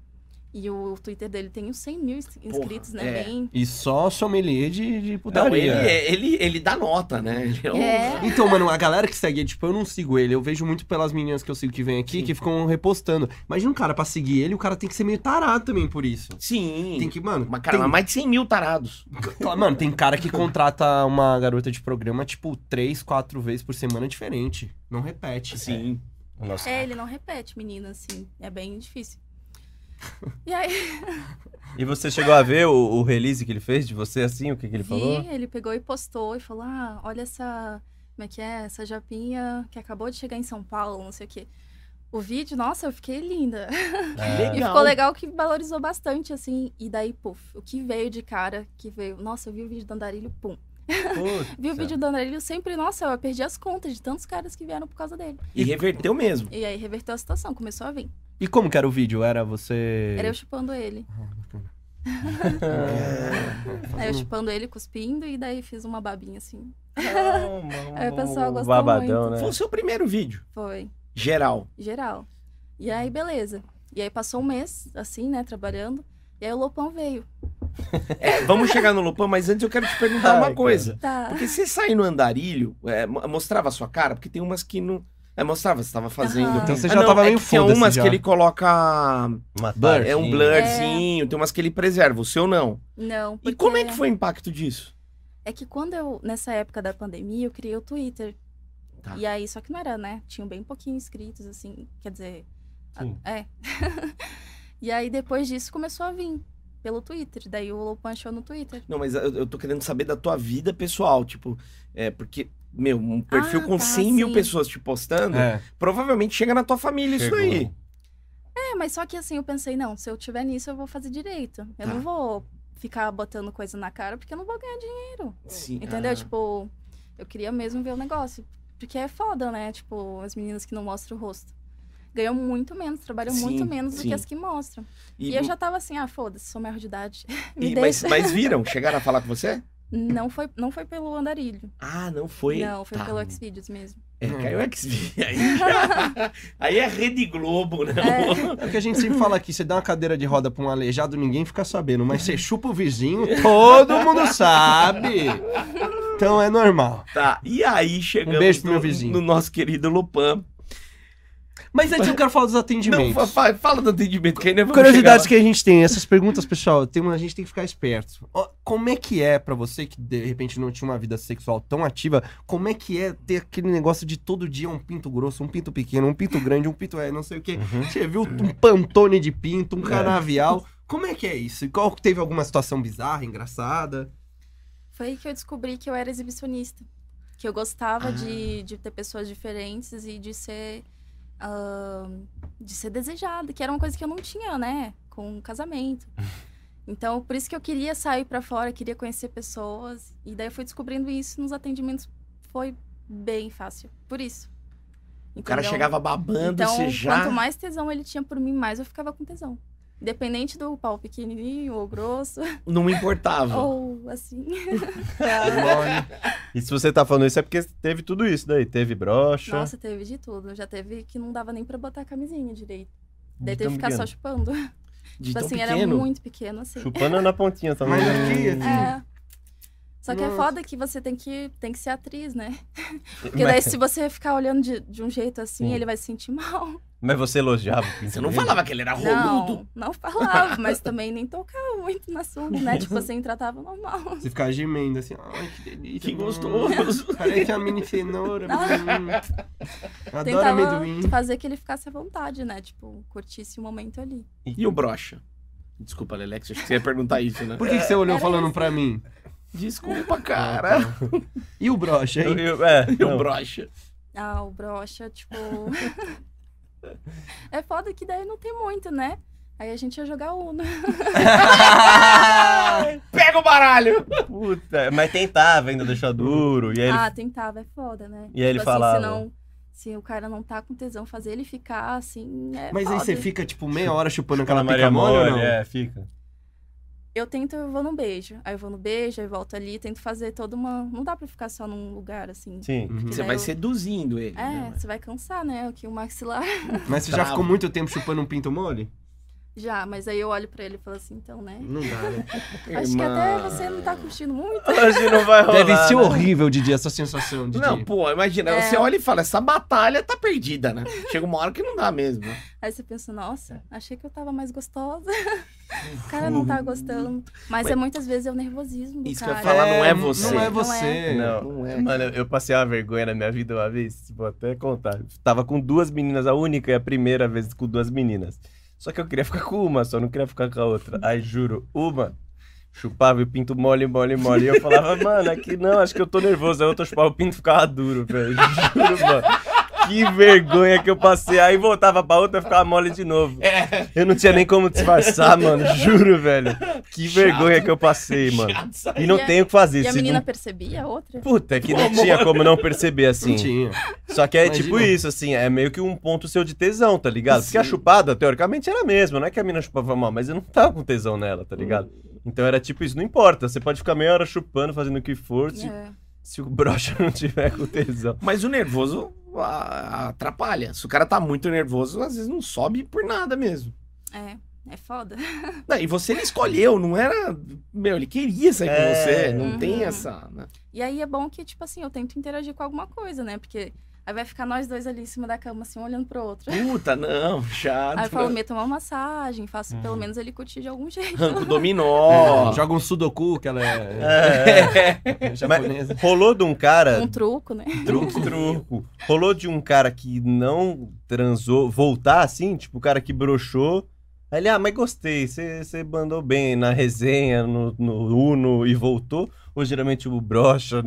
E o Twitter dele tem uns 100 mil ins- inscritos, né? é. Bem. E só sommelier de, Não, de ele, putaria. é- ele, ele dá nota, né? Ele um- É. Então, mano, a galera que segue, tipo, eu não sigo ele. Eu vejo muito pelas meninas que eu sigo que vêm aqui que ficam repostando. Imagina um cara pra seguir ele, o cara tem que ser meio tarado também por isso. Sim. Tem que, mano. Mas, cara, tem- mas mais de 100 mil tarados. Claro, Mano, tem cara que contrata uma garota de programa, tipo, três, quatro vezes por semana diferente. Não repete. Sim. Nossa. É, ele não repete, menina, assim. É bem difícil. E aí, E você chegou a ver o, o release que ele fez de você assim? O que, que ele falou? vi, ele pegou e postou e falou: ah, olha essa. Como é que é? Essa japinha que acabou de chegar em São Paulo, não sei o quê. O vídeo, nossa, eu fiquei linda. É. E Legal. ficou legal que valorizou bastante, assim. E daí, puf, o que veio de cara, que veio. Nossa, eu vi o vídeo do Andarilho, pum. Putz. Vi o vídeo do Andarilho sempre, nossa, eu perdi as contas de tantos caras que vieram por causa dele. É. E reverteu mesmo. E aí é? reverteu a situação, começou a vir. E como que era o vídeo? Era você. Era eu chupando ele. Aí eu Uhum. chupando ele, cuspindo, e daí fiz uma babinha assim. Aí um Aí o pessoal gostou Babadão, né? Foi o seu primeiro vídeo, Foi, geral. geral. E aí, beleza. E aí passou um mês, assim, né, trabalhando. E aí o Lopão veio. É, vamos chegar no Lupão, mas antes eu quero te perguntar Ai, uma cara. coisa. Tá. Porque você sair no andarilho, é, mo- mostrava a sua cara, porque tem umas que não. É, mostrava, você tava fazendo. Aham. Então você Ah, já não, é tava meio que Tem foda-se umas já. que ele coloca. né? Blur. É um blurzinho, tem umas que ele preserva, o seu não. Não. E porque- como é que foi o impacto disso? É que quando eu, nessa época da pandemia, eu criei o Twitter. Tá. E aí, só que não era, né? Tinham bem pouquinho inscritos, assim, quer dizer. a- Sim. é. e aí, depois disso, começou a vir pelo Twitter. Daí o Lopan achou no Twitter. Não, mas eu, eu tô querendo saber da tua vida pessoal, tipo, é porque, meu, um perfil Ah, com tá, 100 mil sim. pessoas te postando, É. provavelmente chega na tua família Chegou. isso aí. É, mas só que assim, eu pensei, não, se eu tiver nisso, eu vou fazer direito. Eu Tá. não vou ficar botando coisa na cara, porque eu não vou ganhar dinheiro, Sim. entendeu? ah. Tipo, eu queria mesmo ver o negócio. Porque é foda, né? Tipo, as meninas que não mostram o rosto. Ganham muito menos, trabalham Sim, muito menos do sim. que as que mostram. E, E, eu já tava assim, ah, foda-se, sou maior de idade. Me e- mas, deixa. mas viram? Chegaram a falar com você? Não, foi, não foi pelo andarilho. Ah, não foi. Não, foi Tá. pelo Xvideos mesmo. É, Hum. caiu X. Aí, já- aí é Rede Globo, né? É. É o que a gente sempre fala aqui, você dá uma cadeira de roda pra um aleijado, ninguém fica sabendo, mas você chupa o vizinho, todo mundo sabe. Então é normal. Tá. E aí chegamos beijo pro no, meu vizinho. no nosso querido Lupan. Mas antes eu quero falar dos Não, atendimentos. fa- fa- fala do atendimento, que ainda vamos Curiosidades chegar que a gente tem, essas perguntas, pessoal, tem, a gente tem que ficar esperto. Ó, Como é que é pra você que de repente não tinha uma vida sexual tão ativa? Como é que é ter aquele negócio de todo dia um pinto grosso, um pinto pequeno, um pinto grande, um pinto é, não sei o quê? Uhum. Você viu um pantone de pinto, É. um canavial? Como é que é isso? E Qual teve alguma situação bizarra, engraçada? Foi aí que eu descobri que eu era exibicionista. Que eu gostava Ah. de, de ter pessoas diferentes e de ser. ahn, de ser desejada, que era uma coisa que eu não tinha, né? Com o casamento. Então, por isso que eu queria sair pra fora, queria conhecer pessoas. E daí eu fui descobrindo isso nos atendimentos. Foi bem fácil. Por isso. lá. O cara Entendeu? chegava babando, Então, você já. quanto mais tesão ele tinha por mim, mais eu ficava com tesão. Independente do pau pequenininho ou grosso, Não importava. ou assim. E se você tá falando isso é porque teve tudo isso daí. Teve brocha. Nossa, teve de tudo. Já teve que não dava nem pra botar a camisinha direito. Daí de teve que ficar tão só pequeno. chupando. De Tipo tão assim, era pequeno. muito pequeno, assim. Chupando é na pontinha também. né? Mas assim, aqui, assim, É. Só que Nossa. é foda que você tem que, tem que ser atriz, né? Porque Mas, daí, se você ficar olhando de, de um jeito assim, Sim. ele vai se sentir mal. mas você elogiava o pinto Você não dele? falava que ele era roludo. Não, não falava, mas também nem tocava muito no assunto, né? Tipo assim, tratava normal. Você ficar gemendo assim, ai que delícia. Que hum. gostoso. Parece uma mini cenoura. hum. Adoro Tentava amendoim. fazer que ele ficasse à vontade, né? Tipo, curtisse o momento ali. E o brocha? Desculpa, Lelex, acho que você ia perguntar isso, né? Por que, que você olhou Era falando isso. pra mim? Desculpa, cara. E o broche, Eu, hein? eu, é, E o não. brocha? Ah, o brocha, tipo. é foda que daí não tem muito, né? Aí a gente ia jogar Uno. Pega o baralho! Puta, é, mas tentava ainda deixar duro. E aí ele Ah, tentava, é foda, né? E aí ele assim, falava. Se, não- se o cara não tá com tesão, fazer ele ficar assim. É Mas aí foda. você fica, tipo, meia hora chupando aquela Ana pica mole ou não? é, fica. Eu tento, eu vou num beijo. Aí eu vou no beijo, aí volto ali, tento fazer toda uma. Não dá pra ficar só num lugar assim. Sim. Uhum. Você Daí vai eu- seduzindo ele. É, né? você vai cansar, né? O que o maxilar. Mas você já Trava. ficou muito tempo chupando um pinto mole? Já, mas aí eu olho pra ele e falo assim, então, né? Não dá, né? Acho que Irmã. até você não tá curtindo muito. Então, Hoje não vai rolar. Deve ser né? horrível, Didi, essa sensação, Didi. Não, pô, imagina, É. você olha e fala, essa batalha tá perdida, né? Chega uma hora que não dá mesmo. Aí você pensa, nossa, achei que eu tava mais gostosa. o cara não tá gostando. Mas, é muitas vezes é o nervosismo do Isso que eu cara. ia falar, não é você. Não é Não é. você. Não. Não é. Mano, eu- eu passei uma vergonha na minha vida uma vez, vou até contar. Tava com duas meninas, a única e a primeira vez com duas meninas. Só que eu queria ficar com uma, só não queria ficar com a outra. Aí juro, uma chupava e o pinto mole, mole, mole. E eu falava, mano, aqui não, acho que eu tô nervoso. Aí eu tô chupava o pinto ficava duro, velho. Juro, mano. Que vergonha que eu passei. Aí voltava pra outra e ficava mole de novo. Eu não tinha nem como disfarçar, mano. Juro, velho. Que Chato. vergonha que eu passei, mano. Chato. E não E a- tenho o que fazer. E a se menina né? não- percebia a outra? Puta, que não tinha como não perceber assim. Não tinha. Só que é tipo Imagina. isso, assim, é meio que um ponto seu de tesão, tá ligado? Porque a Sim. chupada, teoricamente, era a mesma, não é que a mina chupava mal, mas eu não tava com tesão nela, tá ligado? Uhum. Então era tipo isso, não importa, você pode ficar meia hora chupando, fazendo o que for, Uhum. se, É. se o brocha não tiver com tesão. Mas o nervoso ah, atrapalha. Se o cara tá muito nervoso, às vezes não sobe por nada mesmo. É, é foda. Não, e você ele escolheu, não era. Meu, ele queria sair com É. você. Não Uhum. tem essa. né? E aí é bom que, tipo assim, eu tento interagir com alguma coisa, né? Porque aí vai ficar nós dois ali em cima da cama, assim, um olhando pro outro. Puta, não, chato. Aí eu falo, meto uma massagem, faço pelo Uhum. menos ele curtir de algum jeito. Arranca o dominó. Joga um sudoku, que ela é, É, japonesa. rolou de um Um cara. truco, né? Truco, truco. Rolou de um cara que não transou, voltar assim, tipo, o cara que broxou. Aí ele, ah, mas gostei, você mandou bem na resenha, no, no Uno e voltou. Ou geralmente o brocha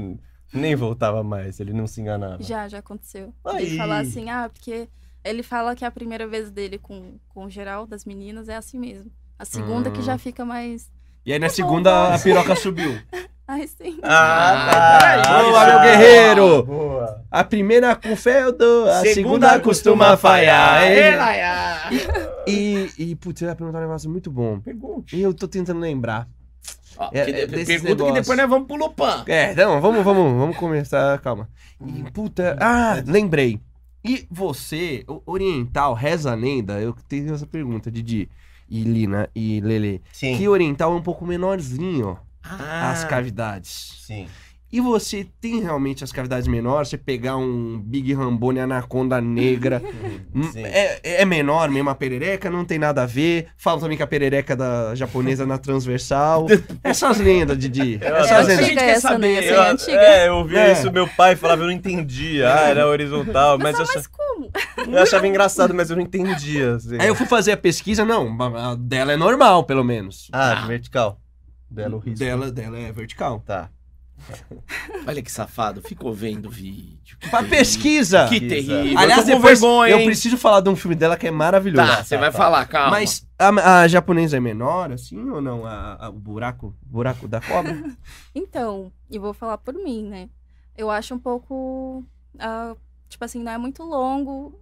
nem voltava mais, ele não se enganava. Já, já aconteceu. Tá Aí. Ele fala assim, ah, porque ele fala que a primeira vez dele com, com geral das meninas é assim mesmo. A segunda que Hum. já fica mais. E Tá aí na segunda a piroca subiu. Tá Ai, sim. Ah, tá, peraí. é Boa, meu guerreiro! Boa! A primeira com fé eu dou, a segunda, costuma falhar. É, É. Laia. E, e, putz, eu ia perguntar um negócio muito bom. Pergunte. E eu tô tentando lembrar. Ó, É, que de- é desses pergunta que depois negócios. nós vamos pro Lupan. É, então, vamos, vamos, vamos começar, calma. E, puta, ah, lembrei. E você, o- oriental, reza a lenda, eu tenho essa pergunta, Didi e Lina e Lele. Sim. Que oriental é um pouco menorzinho Ah, as cavidades. Sim. E você tem realmente as cavidades menores? Você pegar um Big Rambone Anaconda Negra, hum, Sim. é, é menor mesmo a perereca? Não tem nada a ver? Falam também que a perereca da japonesa na transversal. Essas lendas, Didi. Eu Essas adoro. lendas. gente antiga quer essa, né? saber, Essa Eu, aí é antiga. é, eu ouvia É. isso, meu pai falava, eu não entendia. Ah, era horizontal, mas, Mas, eu, mas, só- como? eu achava engraçado, mas eu não entendia. assim. Aí eu fui fazer a pesquisa, não, a dela é normal, pelo menos. Ah, vertical. Belo risco. Dela, dela é vertical. Tá. Olha que safado, ficou vendo o vídeo. Que Pra terrível. pesquisa! Que pesquisa. terrível. Aliás, eu tô com depois vergonha, eu hein? preciso falar de um filme dela que é maravilhoso. Tá, você vai tá. falar, calma. Mas a, a japonesa é menor, assim, ou não? A- a- o buraco, buraco da cobra? Então, e vou falar por mim, né? Eu acho um pouco. ah, tipo assim, não é muito longo,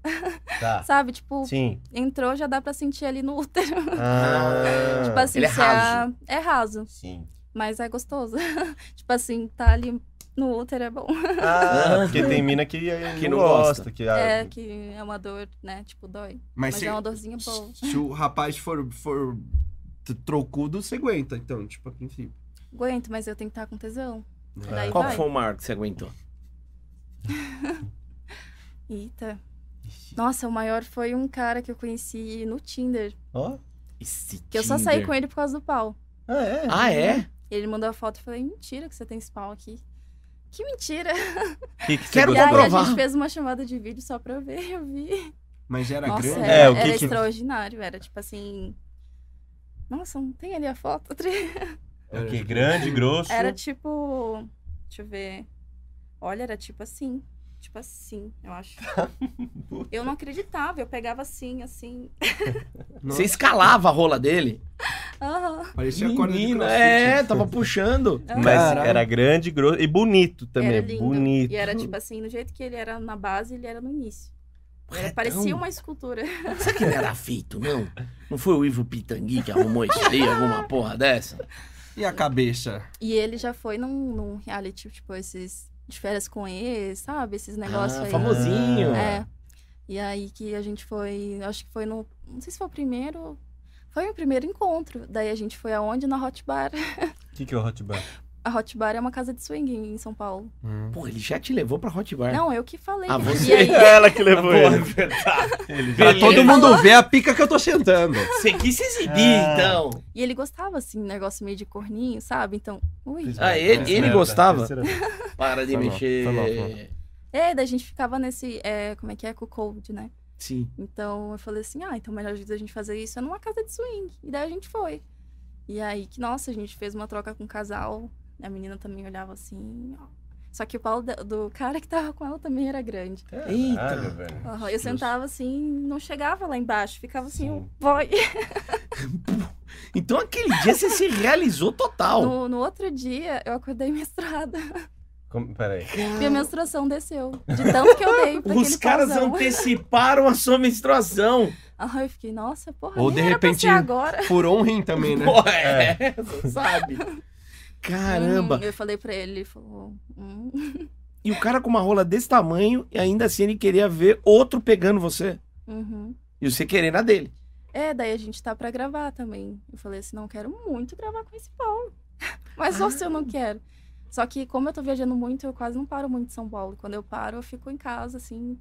Tá. sabe? Tipo, Sim. entrou, já dá pra sentir ali no útero. Ah, Tipo Tipo assim, ele é se a- é raso, Sim. mas é gostoso. tipo assim, tá ali no útero é bom. Ah, porque tem mina que, eh, Que não não gosta. gosta. que, ah, É que é uma dor, né? Tipo, dói. Mas é uma dorzinha boa. se o rapaz for, for t- trocudo, você aguenta, então, tipo, a princípio. né? Aguento, mas eu tenho que estar com tesão. É. Ah. Daí Qual que vai. foi o maior que você aguentou? Eita. Nossa, o maior foi um cara que eu conheci no Tinder. Ó. Esse Que eu só saí Tinder. com ele por causa do pau. Ah, é? Ah, é? Ele mandou a foto e falei, mentira que você tem esse pau aqui. Que mentira! Ah, Que que você Quero e gostou? aí a comprovar. gente fez uma chamada de vídeo só pra eu ver, eu vi. Mas era Nossa, grande. É, era, o que era que- extraordinário, era tipo assim. Nossa, não tem ali a foto? É O que? Grande, grosso. Era tipo. Deixa eu ver. Olha, era tipo assim. Tipo assim, eu acho. Eu não acreditava, eu pegava assim, assim. Você escalava a rola dele? Aham. Parecia corda de Menina, crossfit. é, tava puxando. aham. Mas Caralho. era grande, grosso e bonito também. era lindo. Bonito. E era tipo assim, no jeito que ele era na base, ele era no início. Era- parecia uma escultura. Será que não era feito, não? Não foi o Ivo Pitangui que arrumou isso aí, alguma porra dessa? E a cabeça? E ele já foi num, num reality, tipo, esses de férias com ex, sabe? Esses negócios Ah, aí. famosinho. É. E aí que a gente foi, acho que foi no, não sei se foi o primeiro, foi o primeiro encontro. Daí a gente foi aonde? Na Hot Bar. O que, que é o hot bar? A Hot Bar é uma casa de swing em São Paulo. Pô, ele já te levou pra Hot Bar. Não, eu que falei. Ah, né? você- E aí, Ela que levou Porra, ele. é verdade. Ele já- Pra todo Beleza. mundo ver a pica que eu tô sentando. Você quis se exibir, É. Ah. então. e ele gostava, assim, negócio meio de corninho, sabe? Então, ui. Ah, ele- ele Merda, gostava? terceira vez. Para de Foi mal, mexer. foi mal, foi É, daí a gente ficava nesse, é, como é que é, com o cold, né? Sim. Então eu falei assim, ah, então melhor jeito da gente fazer isso é numa casa de swing. E daí a gente foi. E aí que, nossa, a gente fez uma troca com um casal. A menina também olhava assim, ó. Só que o pau da- do cara que tava com ela também era grande. É, Eita. velho. Aham, eu sentava assim, não chegava lá embaixo, ficava assim, Sim. um boy. Então aquele dia você se realizou total. No, no outro dia, eu acordei menstruada. Como, peraí. Minha menstruação desceu. De tanto que eu dei pra Os aquele caras pauzão. anteciparam a sua menstruação. Aham, eu fiquei, nossa, porra, Ou nem de era pra ser repente- agora. Furou um rim também, né? Pô, é, você sabe? Caramba. Hum, eu falei pra ele, ele falou... Hum. E o cara com uma rola desse tamanho, e ainda assim ele queria ver outro pegando você. Uhum. E você querendo a dele. É, daí a gente tá pra gravar também. Eu falei assim, não quero muito gravar com esse pau. Mas Ah. ou se eu não quero. Só que como eu tô viajando muito, eu quase não paro muito em São Paulo. Quando eu paro, eu fico em casa, assim.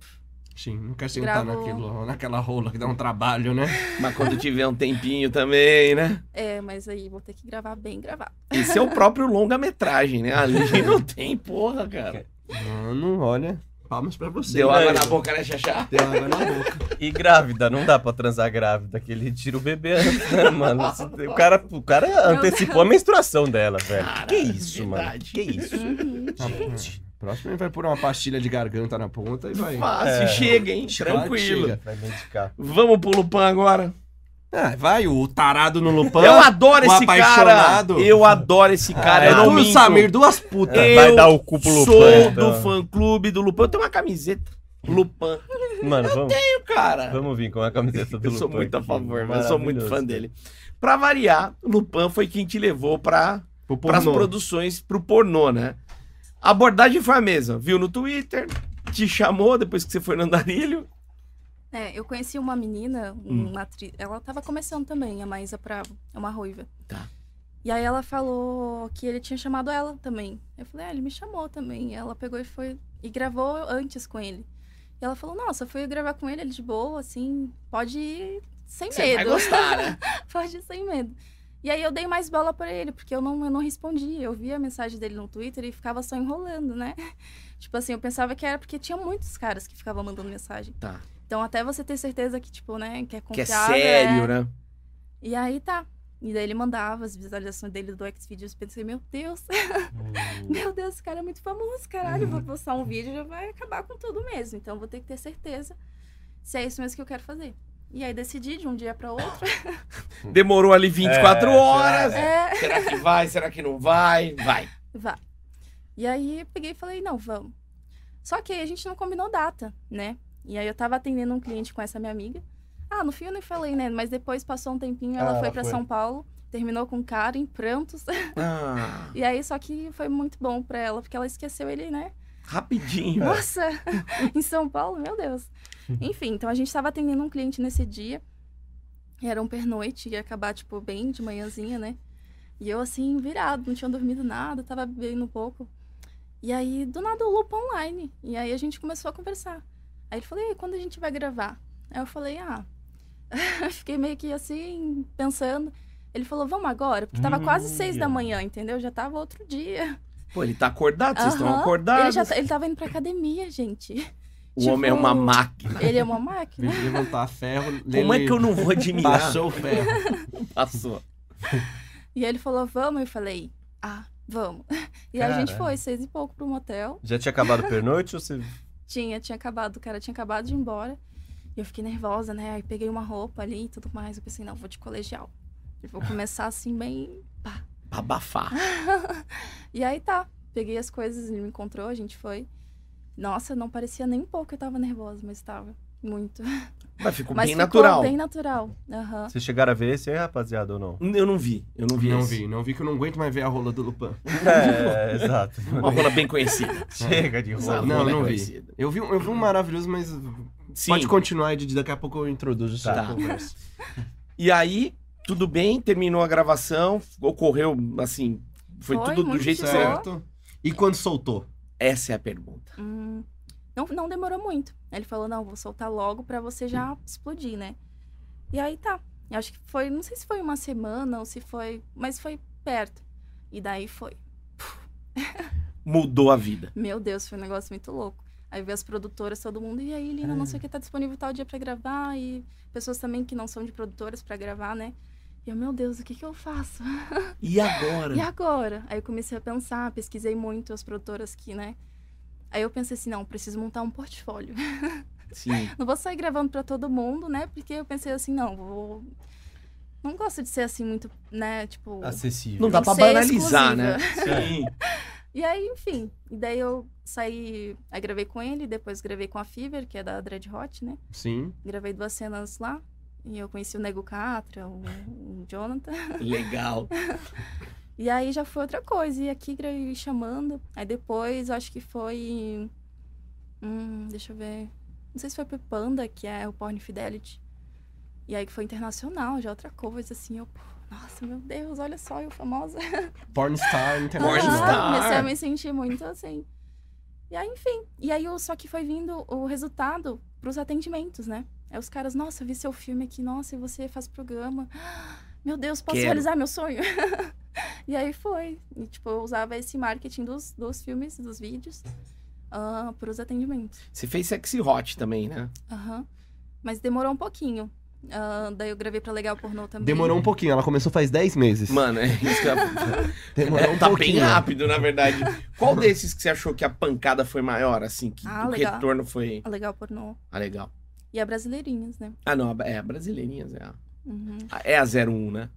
Sim, não quer sentar Gravou. naquilo, naquela rola que dá um trabalho, né? Mas quando tiver um tempinho também, né? É, mas aí vou ter que gravar bem gravar. Esse é o próprio longa-metragem, né? Ali não tem porra, cara. Mano, olha. Palmas pra você. Deu água velho. na boca, né, Xaxá? Deu água na boca. E grávida, não dá pra transar grávida, que ele tira o bebê antes, né, mano? O cara, o cara Meu antecipou a menstruação dela, velho. Cara, é que isso, mano? verdade. Que isso? Uhum. Gente. Próximo ele vai pôr uma pastilha de garganta na ponta e vai. Fácil, É. chega, hein? Claro que Tranquilo. chega. Vai medicar. Vamos pro Lupan agora. Ah, vai o tarado no Lupan. Eu adoro Um o esse cara. apaixonado. Eu adoro esse Ah, cara. é eu não do minto. Samir, duas putas. Eu É, Vai dar o cu pro Lupan, sou então. do fã-clube do Lupan. Eu tenho uma camiseta. Lupan. Mano, vamos, E o cara? vamos vir com a camiseta do Eu sou Lupão muito a aqui. favor, mas eu sou muito fã Maravilhoso. dele. Pra variar, Lupan foi quem te levou pra Pro para as pornô. produções pro pornô, né? A abordagem foi a mesma. Viu no Twitter, te chamou depois que você foi no andarilho. É, eu conheci uma menina, Hum. uma atriz, ela tava começando também, a Maísa Pravo, é uma ruiva. Tá. E aí ela falou que ele tinha chamado ela também. Eu falei, ah, ele me chamou também. E ela pegou e foi e gravou antes com ele. E ela falou, nossa, eu fui gravar com ele, ele de boa, assim, pode ir sem Você vai medo. gostar, né? pode ir sem medo. E aí eu dei mais bola pra ele, porque eu não, eu não respondi. Eu via a mensagem dele no Twitter e ficava só enrolando, né? Tipo assim, eu pensava que era porque tinha muitos caras que ficavam mandando mensagem. Tá. Então, até você ter certeza que, tipo, né, que Que é é confiável. sério, é. né? E aí tá. E daí ele mandava as visualizações dele do Xvideos. Pensei, meu Deus, meu Deus, esse cara é muito famoso, caralho. Vou postar um vídeo já vai acabar com tudo mesmo. Então, vou ter que ter certeza se é isso mesmo que eu quero fazer. E aí decidi de um dia pra outro. Demorou ali 24 É, horas. É, Será que vai? Será que não vai? Vai. Vá. E aí eu peguei e falei, não, vamos. Só que aí a gente não combinou data, né? E aí eu tava atendendo um cliente com essa minha amiga. Ah, no fim eu nem falei, né? Mas depois passou um tempinho, ela Ah, foi ela pra foi. São Paulo, terminou com o cara em prantos. é. Ah, E aí só que foi muito bom pra ela, porque ela esqueceu ele, né? rapidinho. Nossa, em São Paulo, meu Deus. Enfim, então a gente tava atendendo um cliente nesse dia. Era um pernoite, ia acabar, tipo, bem de manhãzinha, né? E eu, assim, virado, não tinha dormido nada, tava bebendo um pouco. E aí, do nada, o Lupa online. E aí a gente começou a conversar. Aí ele falou, e aí, quando a gente vai gravar? Aí eu falei, ah... Fiquei meio que assim, pensando. Ele falou, vamos agora? Porque tava quase seis da Hum. manhã, entendeu? Já tava outro dia. Pô, ele tá acordado, vocês estão Aham. Ele, acordados. já, tá- ele tava indo pra academia, gente. O homem é uma Tipo, máquina. Ele é uma máquina. Vem levantar ferro. Como é que eu não vou admirar? Baixou o ferro. Passou. E ele falou, vamos. Eu falei, ah, vamos. E a gente foi, seis e pouco, pro motel. Já tinha acabado o pernoite ou você. Tinha, tinha acabado, o cara tinha acabado de ir embora. E eu fiquei nervosa, né? Aí peguei uma roupa ali e tudo mais. Eu pensei, não, vou de colegial. Eu vou começar assim, bem... Pra Abafar. E aí tá, peguei as coisas, ele me encontrou, a gente foi. Nossa, não parecia nem um pouco que eu tava nervosa, mas tava. Muito. Mas ficou mas bem ficou natural. bem natural. Aham. Vocês chegaram a ver esse aí, rapaziada, ou não? Eu não vi. Eu não vi. Não esse. vi, não vi que eu não aguento mais ver a rola do Lupan. É, exato. Uma rola bem conhecida. Chega de Essa rolo. Não, rola é não vi. conhecida. Eu vi, um- eu vi um maravilhoso, mas Sim. pode continuar, Ed, daqui a pouco eu introduzo essa Tá. conversa. E aí, tudo bem, terminou a gravação, ocorreu assim, foi, Foi tudo do muito jeito que você. bom. Certo? E quando soltou? Essa é a pergunta. Hum, não, não demorou muito. Aí Ele falou, não, vou soltar logo pra você já explodir, né? E aí tá. Eu acho que foi, não sei se foi uma semana ou se foi, mas foi perto. E daí foi. Mudou a vida. Meu Deus, foi um negócio muito louco. Aí veio as produtoras, todo mundo, e aí, Lina, não sei o que, tá disponível tal dia pra gravar, e pessoas também que não são de produtoras pra gravar, né? E eu, meu Deus, o que, que eu faço? E agora? E agora? Aí eu comecei a pensar, pesquisei muito as produtoras que, né? Aí eu pensei assim, não, preciso montar um portfólio. Sim. Não vou sair gravando pra todo mundo, né? Porque eu pensei assim, não, vou. Não gosto de ser assim muito, né? Tipo. Acessível. Não dá pra ser banalizar, né? Sim. E aí, enfim. E daí eu saí. Aí gravei com ele, depois gravei com a Fever, que é da Dread Hot, né? Sim. Gravei duas cenas lá. E eu conheci o Nego Catra, o, o Jonathan. Legal. E aí já foi outra coisa. E aqui gravei chamando. Aí depois eu acho que foi. Hum, deixa eu ver. Não sei se foi pro Panda, que é o Porn Fidelity. E aí que foi internacional, já outra coisa, assim, eu. pô, Nossa, meu Deus, olha só, eu famosa. Pornstar Pornstar. International. Ah, Comecei a me sentir muito assim. E aí, enfim. E aí, o- só que foi vindo o resultado pros atendimentos, né? Aí os caras, nossa, eu vi seu filme aqui, nossa, e você faz programa. Meu Deus, posso Quero. realizar meu sonho? e aí foi. E, tipo, eu usava esse marketing dos, dos filmes, dos vídeos, ah, pros atendimentos. Você fez sexy hot também, né? Aham. Mas demorou um pouquinho. Ah, daí eu gravei pra Legal Pornô também. Demorou um pouquinho, ela começou faz 10 meses. Mano, é isso que eu... ia- é, Demorou um tá pouquinho. bem rápido, na verdade. Qual desses que você achou que a pancada foi maior, assim? Que Ah, o legal. retorno foi... um A Legal Pornô. Ah, legal. E a Brasileirinhas, né? Ah, não, é a Brasileirinhas, é a... Uhum. É a 01, né?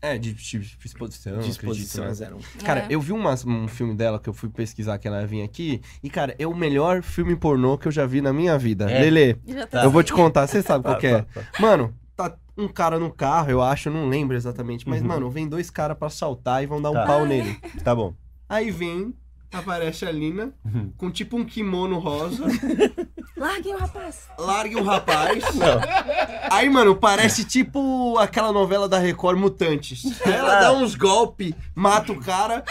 É, de, de, de disposição, Disposição acredito, né? a 01. Cara, É. eu vi umas- um filme dela que eu fui pesquisar que ela vinha aqui. E, cara, é o melhor filme pornô que eu já vi na minha vida. É? Lele, Já tá. eu vou te contar, você sabe Tá, qual que é. tá, tá. Mano, tá um cara no carro, eu acho, eu não lembro exatamente. Mas, Uhum. mano, vem dois caras pra assaltar e vão dar um Tá. pau nele. Tá bom. Aí vem, aparece a Lina, Uhum. com tipo um kimono rosa, Larguem o rapaz. larga o rapaz. Não. Aí, mano, parece tipo aquela novela da Record Mutantes. Aí ela Ah. dá uns golpes, mata o cara,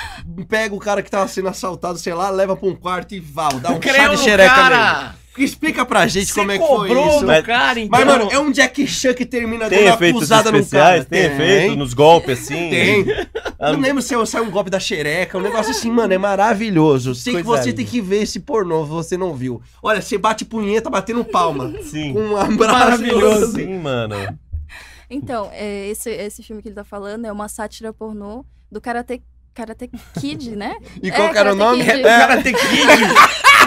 pega o cara que tava sendo assaltado, sei lá, leva pra um quarto e val, dá um chá Creu no de xereca nele. cara! Explica pra gente como é que foi cobrou isso. do Mas- cara, então. Mas, mano, é um Jack Chan que termina Tem dando uma efeitos pusada no cara. especiais, tem, efeito nos golpes, assim. Tem. Ah, Não lembro se eu- saiu um golpe da xereca, um negócio assim, mano, é maravilhoso. Sei que Coisa você linda. tem que ver esse pornô, você não viu. Olha, você bate punheta batendo palma. Sim. Com um abraço. Maravilhoso. É, Sim, mano. Então, é, esse, esse filme que ele tá falando é uma sátira pornô do Karate, Karate Kid, né? É, E qual que era Karate o nome? O Kid. É, cara tem kid.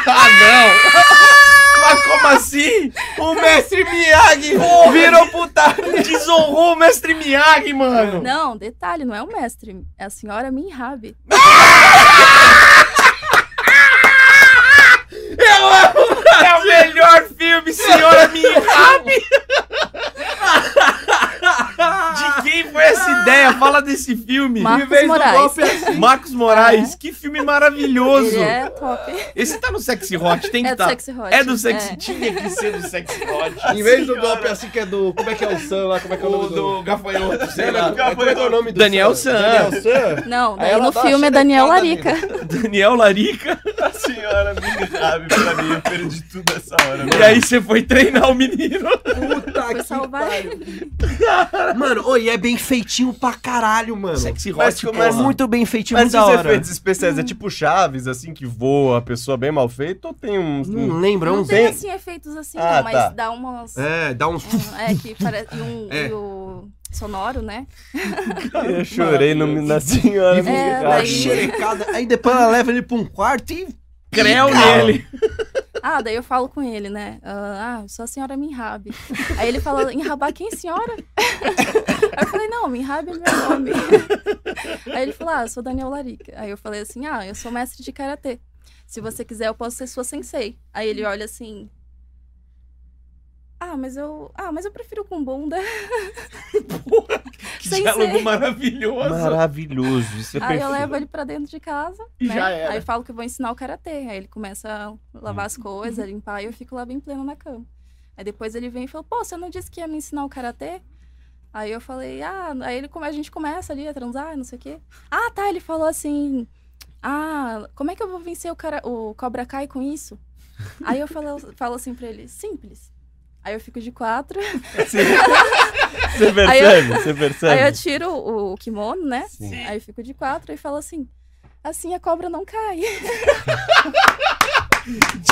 ah, não! Mas como assim? o mestre Miyagi virou puta. Desonrou o mestre Miyagi, mano! Não, detalhe, não é o mestre, é a senhora Minhab. É o melhor filme, senhora Miyagi! De quem foi essa ideia? Fala desse filme. Marcos um Em vez do Moraes. golpe, Marcos Moraes, que filme maravilhoso! Ele é top. Esse tá no Sexy Hot, tem que É do tá. Sexy Hot. É do Sexy, É. tinha que ser do Sexy Hot. Em vez do golpe assim que é do. Como é que é o Sam lá? Como é que é o O nome do. do Gafanhoto, sei Sei lá. lá, como é que é o nome do. Daniel Sam. Daniel Sam. Não, Aí daí ela no dá filme uma né? é Daniel xerecada Larica. Daniel Larica. A senhora me sabe pra mim, eu perdi tudo essa hora. E aí você foi treinar o menino. Tá Puta Foi que salvar pariu. Mano, oi, é bem feitinho pra caralho, mano. Sexy Mas Hot, como porra. É muito bem feitinho, Mas muito da os hora. efeitos especiais é tipo chaves, assim, que voa a pessoa bem mal feita, ou tem um. Não lembro, é Não uns. tem tem- assim efeitos assim, Ah, não, mas tá. dá umas. É, É, dá uns. que parece. E, um, É. e o sonoro, né? Eu chorei no, na senhora. E É, me- dá uma daí- xerecada. Aí depois ela leva ele pra um quarto e. Creu Legal. nele. Ah, daí eu falo com ele, né? Ah, ah, eu sou a senhora Minhab. Aí ele fala, enrabar quem, senhora? Aí eu falei, não, Minhab é meu nome. Aí ele falou, ah, eu sou Daniel Larica. Aí eu falei assim, ah, eu sou mestre de karatê. Se você quiser, eu posso ser sua sensei. Aí ele olha assim. Ah, mas eu. Ah, mas eu prefiro com bunda. Que Sem diálogo ser. maravilhoso. Maravilhoso, isso é Aí eu perfeito. levo ele pra dentro de casa. assim? E né? já era. Uhum. Aí eu falo que eu vou ensinar o karatê. Aí ele começa a lavar as coisas, limpar, e eu fico lá bem pleno na cama. Aí depois ele vem e fala: Pô, você não disse que ia me ensinar o karatê? Aí eu falei: Ah, aí ele, come- a gente começa ali a transar, não sei o quê. Ah, tá. Ele falou assim: Ah, como é que eu vou vencer o, cara... o Cobra Kai com isso? Aí eu falo, falo assim pra ele: Simples. Aí eu fico de quatro, Você, você percebe? Você percebe? aí eu tiro o kimono, né? Sim. Aí eu fico de quatro e falo assim: Assim a cobra não cai.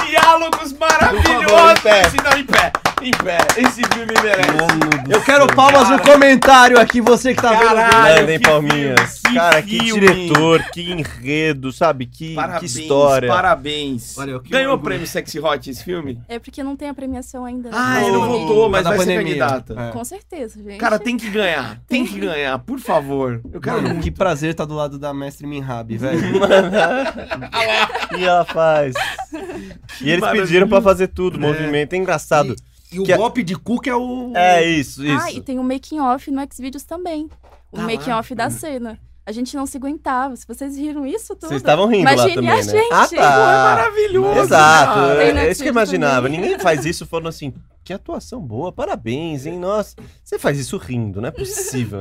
Diálogos Por favor, maravilhosos. em pé. Se não em pé. Em pé. Esse filme merece. Eu quero palmas no comentário aqui, você que tá Caralho, Mandem que palminhas. filme, que Cara, que filme. diretor, que enredo, sabe? Que, que Parabéns, história. parabéns. Olha, eu que Ganhou o orgulho. prêmio Sexy Hot esse filme? É porque não tem a premiação ainda. Ah, ele não Nome. voltou, mas Na vai pandemia. ser candidata. É. Com certeza, gente. Cara, tem que ganhar. Tem que ganhar, por favor. Eu quero Mano, muito. que prazer tá do lado da mestre Minhab, velho. E ela faz. E eles maravilha. pediram pra fazer tudo, movimento. É engraçado. E o Que é- golpe de cuca é o. É isso, isso. Ah, e tem o making off no Xvideos também. O Tá lá. making off da cena. A gente não se aguentava. Se vocês riram isso tudo. Vocês estavam rindo lá Imagine também, a né? gente. Ah, tá. Maravilhoso. Exato. cara. Ah, né? Tem É, na é isso que eu Twitch imaginava. também. Ninguém faz isso falando assim, que atuação boa, parabéns, hein? Nossa, você faz isso rindo, não é possível,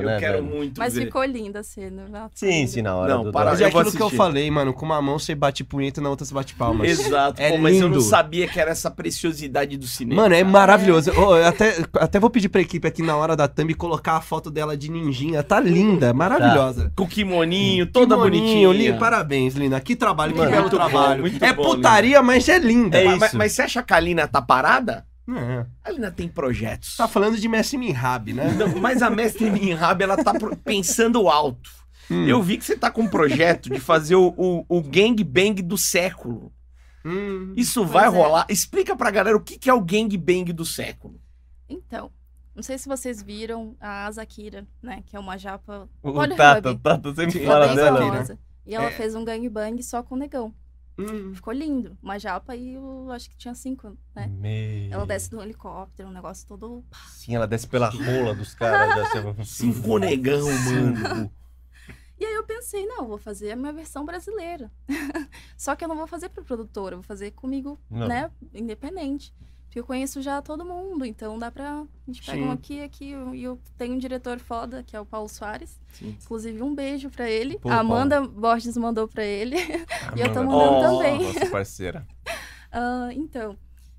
Eu né, quero velho? muito Mas ver. ficou linda a cena. né? Sim, sim, na hora Não, do... para- do- Mas é Eu vou aquilo que eu assistir. falei, mano. Com uma mão você bate punheta e na outra você bate palmas. Exato. É Pô, mas eu não lindo. sabia que era essa preciosidade do cinema. Mano, é maravilhoso. Ô, eu até, até vou pedir pra equipe aqui na hora da thumb colocar a foto dela de ninjinha. Tá linda, maravilhosa. Com o Hum, kimoninho, Tá. toda Kimoninho, bonitinha. Lina, parabéns, Lina. Que trabalho, que Mano, belo muito bom, trabalho. muito é bom, putaria, mas é linda. É Mas- mas, isso. mas você acha que a Lina tá parada? É. A Lina tem projetos. Tá falando de Messi Minhab, né? Não, mas a mestre Minhab, ela tá pro- pensando alto. Hum. Eu vi que você tá com um projeto de fazer o, o, o gangbang do século. Hum. Isso vai é. rolar? Explica pra galera o que, que é o gangbang do século. Então, não sei se vocês viram a Azakira, né? Que é uma japa O Olha o Tata, Hub. Tata sempre Sim. fala Parabéns, dela. Hub. famosa. E ela É. fez um gangbang só com o negão. Hum. Ficou lindo. Uma japa e eu acho que tinha cinco, né? Meu. Ela desce do helicóptero, um negócio todo. Sim, ela desce pela rola dos caras. um desce- Cinco negão, mano. E aí eu pensei, não, eu vou fazer a minha versão brasileira. só que eu não vou fazer pra produtora, eu vou fazer comigo Não. né, independente. Porque eu conheço já todo mundo, então dá pra. A gente pega Sim. um aqui, aqui, um- e eu tenho um diretor foda, que é o Paulo Soares. Sim. Inclusive, um beijo pra ele. Pô, a Amanda Borges mandou pra ele. E eu tô Amanda, mandando nossa, também. tá Nossa parceira. Ah, então.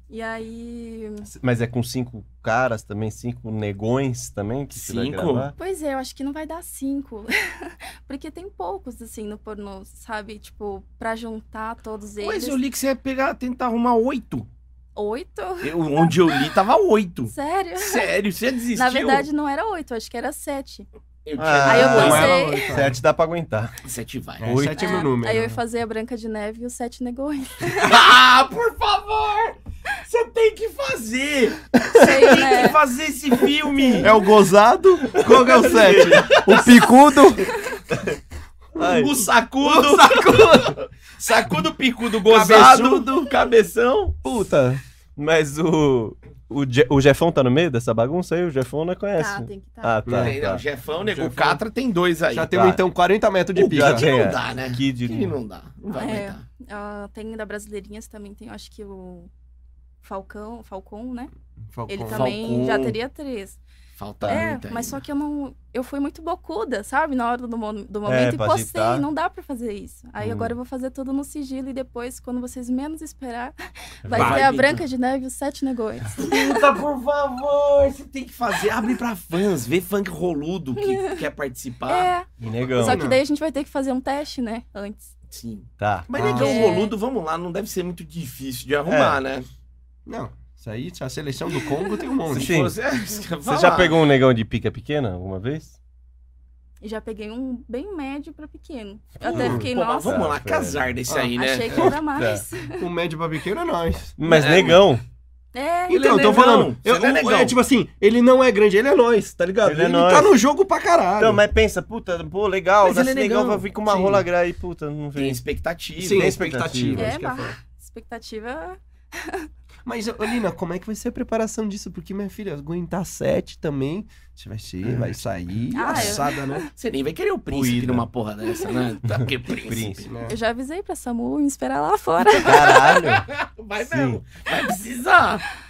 E aí. Mas é com cinco caras também, cinco negões também que você vai Cinco? gravar? Pois é, eu acho que não vai dar cinco. Porque tem poucos, assim, no pornô, sabe? Tipo, pra juntar todos eles. Mas eu li que você ia pegar, tentar arrumar oito. Oito? Eu- onde eu li, tava oito. Sério? Sério, você desistiu? Na verdade, não era oito, acho que era sete. eu Ah, tinha... é Aí eu não era pensei- oito, né? Sete dá pra aguentar. Sete vai. É, Oito. sete é É, meu número. Aí eu ia fazer a Branca de Neve e os Sete É, Negões. Ah, por favor! Você tem que fazer! Sei, Tem né? que fazer esse filme! É o gozado? Qual que é o sete? o picudo? Ai, O sacudo, sacudo picudo gozado, do cabeção. Puta. mas o, o, Je- o Jefão tá no meio dessa bagunça aí? O Jefão não conhece. Tá, tem que estar. Ah, tá. Tem, tá. não, Jefão, nego, Jefão. o Catra tem dois aí. Já tem temos então 40 metros de o pica. Gatti. Kid É. não dá, né? Kid, Kid não dá, não vai É. aguentar. Ah, tem da Brasileirinhas também, tem, eu acho que o Falcão, Falcon, né? Falcão. Ele também Falcon. já teria três. Ah, Falta é, muita mas só ainda. que eu não. Eu fui muito bocuda, sabe? Na hora do, mo- do É, momento e pra postei. agitar. Não dá pra fazer isso. Aí Hum. agora eu vou fazer tudo no sigilo e depois, quando vocês menos esperar, vai, Vai, ter a Bica. Branca de Neve e os Sete Negões. Puta, por favor, você tem que fazer. Abre pra fãs, vê funk roludo que quer Ah, participar. é. E negão. Só que daí a gente vai ter que fazer um teste, né? Antes. Sim. Tá. Mas Ah. negão É. roludo, vamos lá, não deve ser muito difícil de arrumar, É. né? Não, isso aí, a seleção do Congo tem um monte. Sim. Você, é- Você já pegou um negão de pica pequena alguma vez? E já peguei um bem médio pra pequeno. Eu até Hum. fiquei, Pô, mas nossa, vamos lá, Nossa, casar desse Ah, aí, né? achei que era mais. O médio pra pequeno é nós. Mas É. negão. É, Ele é Então, eu tô negão, falando. você Eu, não é o- negão. é tipo assim, ele não é grande, ele é nós, tá ligado? Ele é Ele, nós. tá no jogo pra caralho. Então, mas pensa, puta, pô, legal, Mas nasce ele é negão, negão. vai vir com uma Sim. rola gra aí, puta, não Tem vem. expectativa. Sim, tem tem expectativa. expectativa. É, acho que mas- foda. expectativa Mas, ô, Lina, como é que vai ser a preparação disso? Porque, minha filha, aguentar sete também, você vai ser, vai sair Ah, eu- assada, né? Você nem vai querer o príncipe Puída. numa porra dessa, né? Tá, Porque príncipe. Príncipe. É. Eu já avisei pra Samu me esperar lá fora. Caralho. Vai Sim. mesmo. Vai precisar.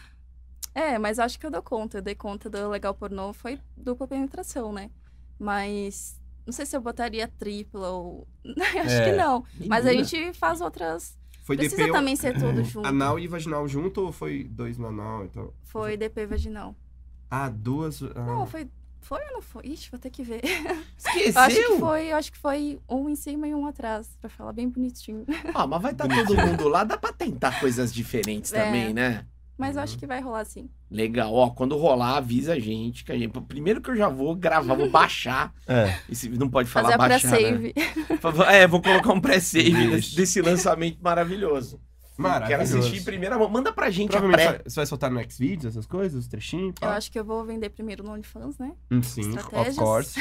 é, mas acho que eu dou conta. Eu dei conta do legal pornô, foi dupla penetração, né? Mas não sei se eu botaria tripla ou. acho É. que não. Mas a Menina. gente faz outras. Foi Precisa DP também ser Uhum. tudo junto. anal e vaginal junto ou foi dois no anal? Então... Foi DP vaginal. Ah, duas. ah. Uhum. Não, foi. Foi ou não foi? Ixi, vou ter que ver. Eu acho que Esqueceu? foi, eu acho que foi um em cima e um atrás, pra falar bem bonitinho. tá Ah, mas vai estar todo mundo lá. Dá pra tentar coisas diferentes É. também, né? Mas eu acho que vai rolar sim. Legal, ó, quando rolar, avisa a gente, que a gente... Primeiro que eu já vou gravar, vou baixar. É. Esse, não pode falar Fazer a baixar, né? pré-save. É, vou colocar um pré-save Isso. desse, desse lançamento maravilhoso. Quero Maravilhoso. assistir em primeira mão. Manda pra gente a Provavelmente pré. vai- você vai soltar no Xvideos, essas coisas, os trechinhos. Eu pá. acho que eu vou vender primeiro no OnlyFans, né? Hum, Sim, of estratégias. course.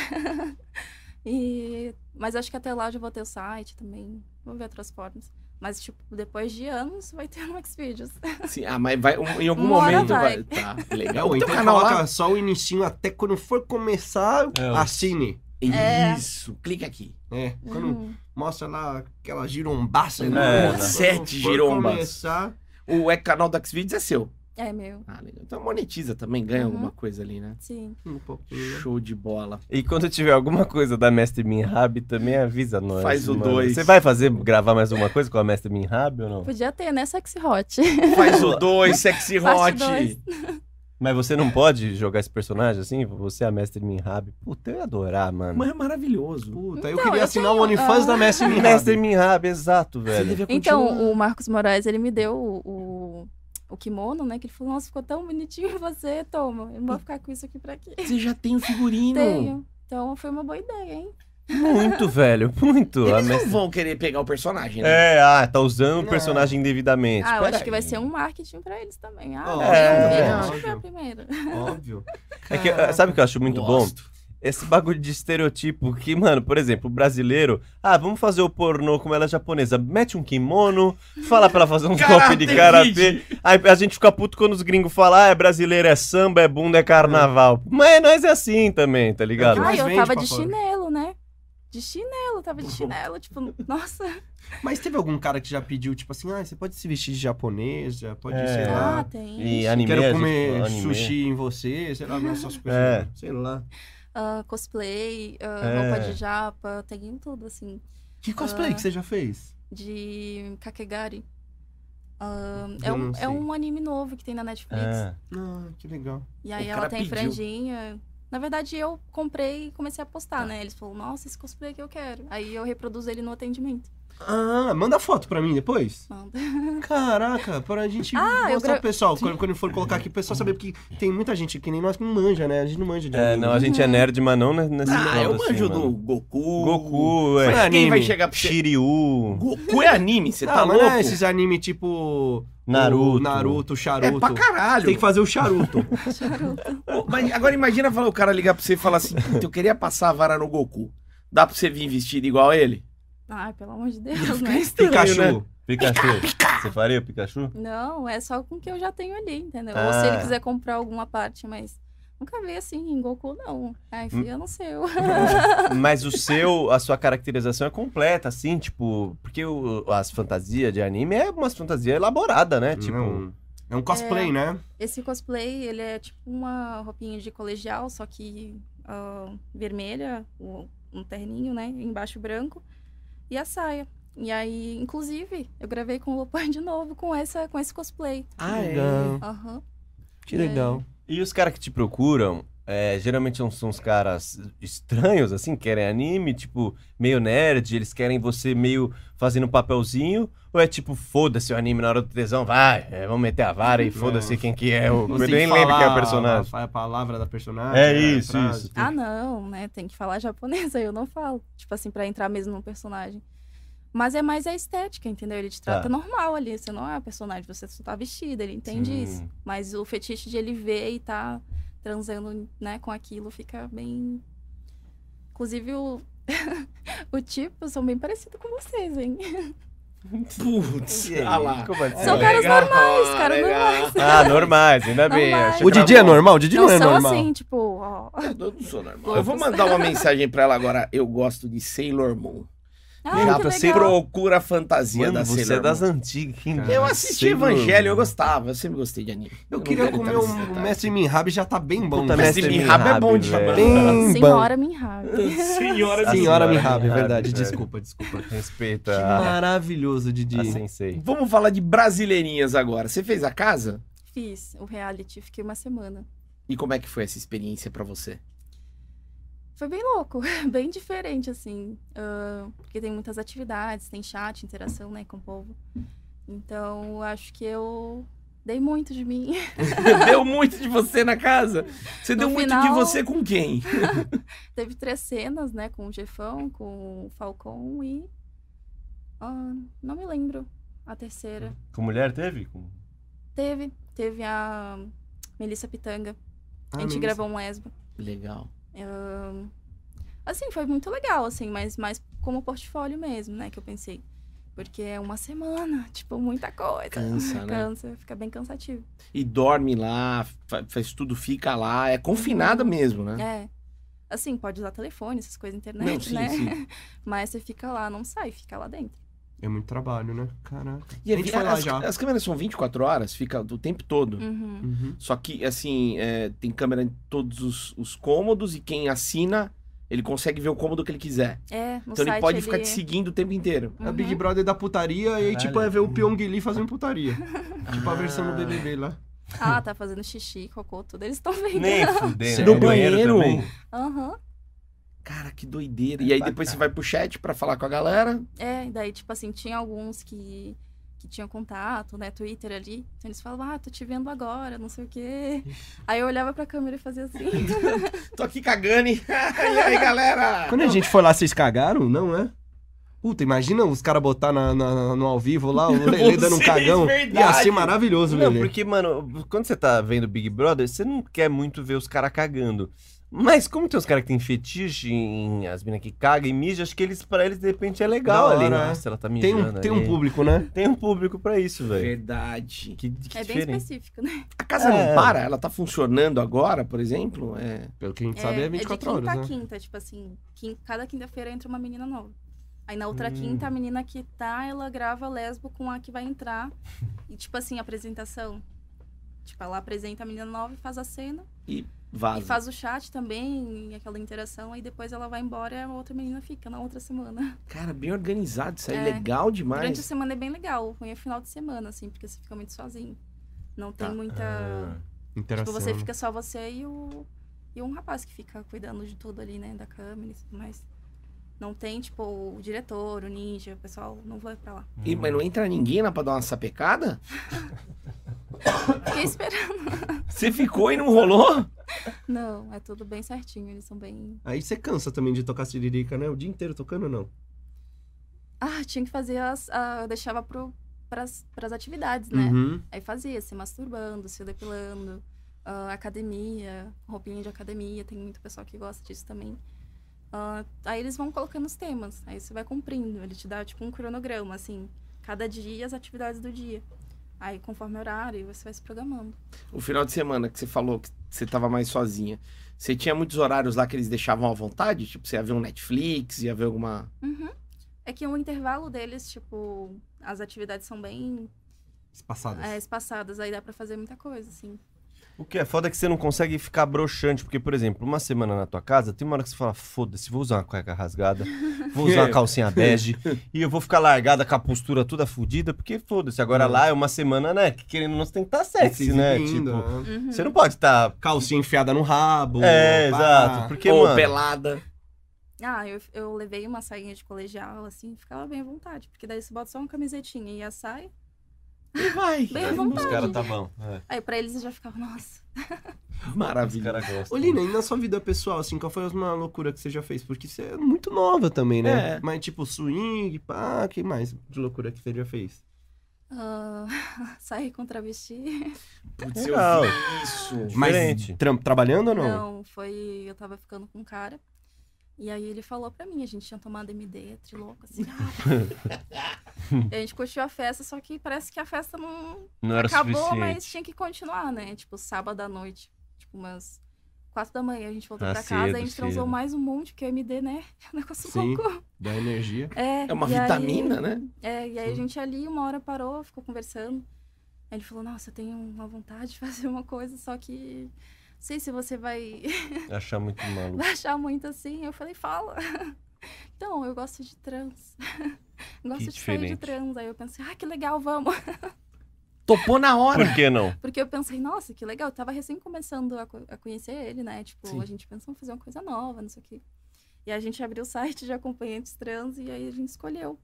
E... Mas acho que até lá eu já vou ter o site também. Vou ver outras formas. Mas, tipo, depois de anos vai ter no Xvideos. Sim, ah, mas vai, um- em algum Uma hora momento vai. vai. Tá, É, legal. ou O então teu canal coloca lá. só o inicinho até quando for começar, É, o- assine. É. Isso, clica aqui. É, quando Hum. mostra lá aquela girombaça. né? É, Quando sete for girombas. começar, O é, canal do Xvideos é seu. É meu, Ah, legal. Então monetiza também, ganha Uhum. alguma coisa ali, né? sim. um pouquinho. né? Show de bola. E quando tiver alguma coisa da Mestre Minhab, também avisa nós. Faz o mano. dois. Você vai fazer, gravar mais alguma coisa com a Mestre Minhab ou não? Podia ter, né? Sexy Hot. Faz o 2, sexy Parte hot. dois. Mas você não pode jogar esse personagem assim? Você é a Mestre Minhab? Puta, eu ia adorar, mano. Mas é maravilhoso. Puta, eu Então, queria eu assinar o tenho- OnlyFans ah. da Messi Mestre Minhab. Minhab, exato, Você velho. devia continuar. Então, o Marcos Moraes, ele me deu o, o, o kimono, né? Que ele falou, nossa, ficou tão bonitinho você, toma. Eu não vou ficar com isso aqui pra quê? Você já tem o figurino. Tenho. Então, foi uma boa ideia, hein? Muito, velho, muito. A Eles Mestre... não vão querer pegar o personagem, né? É, ah, tá usando o Não. personagem indevidamente. Ah, eu Pera acho que aí. vai ser um marketing pra eles também. Ah, Óbvio, É. não, óbvio. deixa eu ver a primeira. Óbvio. É que, ah, sabe o que eu acho muito bom? Gosto. Esse bagulho de estereotipo que, mano, por exemplo, o brasileiro, ah, vamos fazer o pornô como ela é japonesa. Mete um kimono, fala pra ela fazer um golpe de Karate karatê. Aí a gente fica puto quando os gringos falam, ah, é brasileiro, é samba, é bunda, é carnaval. Mas nós é assim também, tá ligado? Ah, mais eu vende tava pra de fora? chinelo, né? De chinelo, tava de chinelo. Tipo, nossa. Mas teve algum cara que já pediu, tipo assim, ah, você pode se vestir de japonês, já pode, É. sei Ah, lá. tem. E anime, a Quero gente comer fala anime. sushi em você, sei lá, essas coisas. É. Sei lá. Ah, cosplay, ah, É. roupa de japa, tem tudo, assim. Que cosplay que você já fez? De Kakegari. Ah, Eu é, um, não sei. é um anime novo que tem na Netflix. Ah, Ah, que legal. E aí O ela cara tem pediu. franjinha. Na verdade, eu comprei e comecei a Tá. postar, né? Eles falaram, nossa, esse cosplay que eu quero. Aí eu reproduzo ele no atendimento. Ah, manda foto pra mim depois. Manda. Caraca, para a gente Ah, eu mostrar gra- pro pessoal, quando, quando for colocar aqui, o pessoal saber, porque tem muita gente que nem nós que não manja, né? A gente não manja de é, anime. não, a gente é nerd, mas não ne- nesse Ah, eu modo, assim, manjo do mano. Goku. Goku, Mas é. quem Anime. vai chegar pra você? Shiryu, Goku é anime, você Ah, tá mas louco? não é esses anime tipo... Naruto. o Naruto, É Charuto. pra caralho. Tem que fazer o charuto. Pô, Mas agora imagina falar, o cara ligar pra você e falar assim, "Puta, eu queria passar a vara no Goku. Dá pra você vir vestido igual ele? Ai, pelo amor de Deus, Fica né? estranho, né? Pikachu. Pikachu. Você faria o Pikachu? Não, é só com o que eu já tenho ali, entendeu? Ah. Ou se ele quiser comprar alguma parte, mas nunca vi assim em Goku, não. Ai, filha, não sei. eu. Mas o seu, a sua caracterização é completa, assim, tipo, porque o- as fantasias de anime é umas fantasias elaboradas, né? Tipo, Não. É um cosplay, né? Esse cosplay, ele é tipo uma roupinha de colegial, só que ah, vermelha, o- um terninho, né? Embaixo branco. E a saia. E aí, inclusive, eu gravei com o Lopan de novo com, essa, com esse cosplay. Ah, é. Aham. É. Que legal. E os caras que te procuram, é, geralmente não são uns caras estranhos, assim, que querem anime, tipo, meio nerd, eles querem você meio fazendo um papelzinho, ou é tipo, foda-se o anime na hora do tesão, vai, é, vamos meter a vara e Não. foda-se quem que é, o... eu Você tem nem lembro quem é falar o personagem. A, a palavra da personagem. É né, a isso, frase. isso. Ah, não, né? Tem que falar japonês, aí eu não falo. Tipo assim, pra entrar mesmo no personagem. Mas é mais a estética, entendeu? Ele te trata Tá. normal ali. Você não é a personagem, você só tá vestida, ele entende Sim. isso. Mas o fetiche de ele ver e tá transando, né, com aquilo fica bem. Inclusive, o, o tipo são bem parecidos com vocês, hein? Putz, E aí, ah lá. como É. assim? São caras normais, caras normais. Ah, normais, ainda bem. Normais. achei O que era Didi é bom. normal? O Didi não, não é são normal. assim, tipo, ó. tá Eu não sou normal. Eu vou mandar uma mensagem pra ela agora. Eu gosto de Sailor Moon. Ah, Já que pra legal. ser Procura a fantasia Mano, da você Sailor é das Moon. antigas, hein? Cara, Eu assisti Sailor Evangelho, eu Moon. gostava. Eu sempre gostei de anime. Eu não queria quero comer entrar nesse um detalhe. Mestre Minhab já tá bem bom. Puta, né? Mestre Mestre Minhab é bom de Minhab, chamar. velho. Bem bom. Senhora Minhab. Senhora Assim, Senhora Senhora Mihab, é Mihab, verdade. velho. Desculpa, desculpa. Respeita Que a, maravilhoso, Didi. a sensei. Vamos falar de brasileirinhas agora. Você fez a casa? Fiz o reality, fiquei uma semana. E como é que foi essa experiência pra você? Foi bem louco, bem diferente, assim. ah, porque tem muitas atividades, tem chat, interação, né, com o povo. Então, eu acho que eu Dei muito de mim. deu muito de você na casa? Você No deu muito de final- você com quem? Teve três cenas, né? Com o Jefão, com o Falcon e. ah, não me lembro a terceira. Com mulher teve? Com- Teve. Teve a Melissa Pitanga. Ah, a gente gravou um ESBA. Legal. Assim, foi muito legal, assim, mas mais como portfólio mesmo, né? Que eu pensei. Porque é uma semana, tipo, muita coisa. Cansa, né? Cansa, fica bem cansativo. E dorme lá, fa- faz tudo, fica lá. É confinada mesmo, né? É. Assim, pode usar telefone, essas coisas, internet, Não, sim, né? sim. Mas você fica lá, não sai, fica lá dentro. É muito trabalho, né? Caraca. E é A gente foi lá as, já. as câmeras são 24 horas, fica o tempo todo. Uhum. Uhum. Só que, assim, é, tem câmera em todos os, os cômodos e quem assina, ele consegue ver o cômodo que ele quiser. É, no então site ele pode ele... ficar te seguindo o tempo inteiro. A Big Uhum. Brother da putaria e Caralho. tipo é ver o Pyong Lee fazendo putaria. tipo a versão do BBB lá. Ah, tá fazendo xixi, cocô, tudo. Eles estão vendo. Nem fudendo. No No banheiro? também? Aham. Cara, que doideira. E aí depois você vai pro chat pra falar com a galera. É, e daí, tipo assim, tinha alguns que, que tinham contato, né? Twitter ali. Então eles falavam, ah, tô te vendo agora, não sei o quê. Aí eu olhava pra câmera e fazia assim. Tô aqui cagando, hein? e aí, galera? Quando é a gente foi lá, vocês cagaram? Não, é? Puta, imagina os caras botar na- na- no ao vivo lá, o Lelê dando um Vocês, cagão. Ia verdade. ser maravilhoso, Não, Lelê. porque, mano, quando você tá vendo Big Brother, você não quer muito ver os caras cagando. Mas como tem uns caras que tem fetiche em as minas que cagam e mijam, acho que eles, pra eles, de repente, é legal Da ali. hora, é. Nossa, ela tá Tem mijando um, tem um ali. público, né? Tem um público pra isso, velho. Verdade. Que, que é bem diferente. específico, né? A casa É. não para? Ela tá funcionando agora, por exemplo? É. Pelo que a gente sabe, é de 24 quinta horas, a né? quinta, tipo assim. quin- cada quinta-feira entra uma menina nova. Aí na outra Hum. quinta, a menina que tá, ela grava lesbo com a que vai entrar. E tipo assim, a apresentação. Tipo, ela apresenta a menina nova e faz a cena. Vaza. Ah, E faz o chat também, e aquela interação, aí depois ela vai embora e a outra menina fica na outra semana. Cara, bem organizado. Isso aí é É. legal Durante a demais. semana é bem legal, o ruim é final de semana, assim, porque você fica muito sozinho. Não tem Tá. muita. Ah, tipo, Interação. você fica só você e o. E um rapaz que fica cuidando de tudo ali, né? Da câmera e tudo mais. Não tem, tipo, o diretor, o ninja, o pessoal não vai pra lá. E, mas não entra ninguém lá pra dar uma sapecada? Fiquei esperando. Você ficou e não rolou? Não, é tudo bem certinho, eles são bem. Aí você cansa também de tocar siririca, né? O dia inteiro tocando ou não? Ah, tinha que fazer as. ah, eu deixava pro, pras, pras atividades, né? Uhum. Aí fazia, se masturbando, se depilando, ah, academia, roupinha de academia, tem muito pessoal que gosta disso também. Ah, aí eles vão colocando os temas, aí você vai cumprindo, ele te dá tipo um cronograma, assim, cada dia as atividades do dia. Aí conforme o horário, você vai se programando. O final de semana que você falou que você tava mais sozinha. Você tinha muitos horários lá que eles deixavam à vontade? Tipo, você ia ver um Netflix, ia ver alguma. Uhum. É que o intervalo deles, tipo, as atividades são bem Espaçadas. é, espaçadas, aí dá pra fazer muita coisa, assim. O que é foda é que você não consegue ficar broxante, porque, por exemplo, uma semana na tua casa, tem uma hora que você fala, foda-se, vou usar uma cueca rasgada, vou usar uma calcinha bege, e eu vou ficar largada com a postura toda fodida, porque foda-se. Agora Hum. lá é uma semana, né, que querendo ou não, você tem que estar sexy, né? Exibindo, Tipo, né? Uhum. você não pode estar... Calcinha enfiada no rabo. É, pá. exato. Porque, Ou mano... pelada. Ah, eu, eu levei uma sainha de colegial, assim, ficava bem à vontade. Porque daí você bota só uma camisetinha e a saia. E Vai. Bem à vontade. Os caras tá bom. É, Aí pra eles eu já ficava, nossa. os Maravilha. caras gostam. Ô, Lina, e na sua vida pessoal, assim, qual foi uma loucura que você já fez? Porque você é muito nova também, né? É. Mas, tipo, swing, pá, que mais de loucura que você já fez? ah, sair com travesti. Putz, eu Legal. vi isso. Diferente. Mas tra- trabalhando ou não? Não, foi. Eu tava ficando com um cara. E aí ele falou pra mim, a gente tinha tomado MD, trilouco, assim. ah. E a gente curtiu a festa, só que parece que a festa não Não era acabou, suficiente. mas tinha que continuar, né? Tipo, sábado à noite, tipo, umas quatro da manhã, a gente voltou Ah, pra casa, cedo, a gente transou cedo. mais um monte, porque o MD, né? É um negócio Sim. louco. Da energia. É, É uma e aí- vitamina, né? É, e aí Sim. a gente ali, uma hora parou, ficou conversando. Aí ele falou, nossa, eu tenho uma vontade de fazer uma coisa, só que não sei se você vai, Achar muito maluco. vai achar muito assim. Eu falei, fala. Então, eu gosto de trans. gosto de sair de diferente. trans. Aí eu pensei, ah, que legal, vamos. Topou na hora. Por que não? Porque eu pensei, nossa, que legal. Eu tava recém começando a, co- a conhecer ele, né? Tipo, Sim. a gente pensou em fazer uma coisa nova, não sei o quê. E a gente abriu o site de acompanhantes trans e aí a gente escolheu.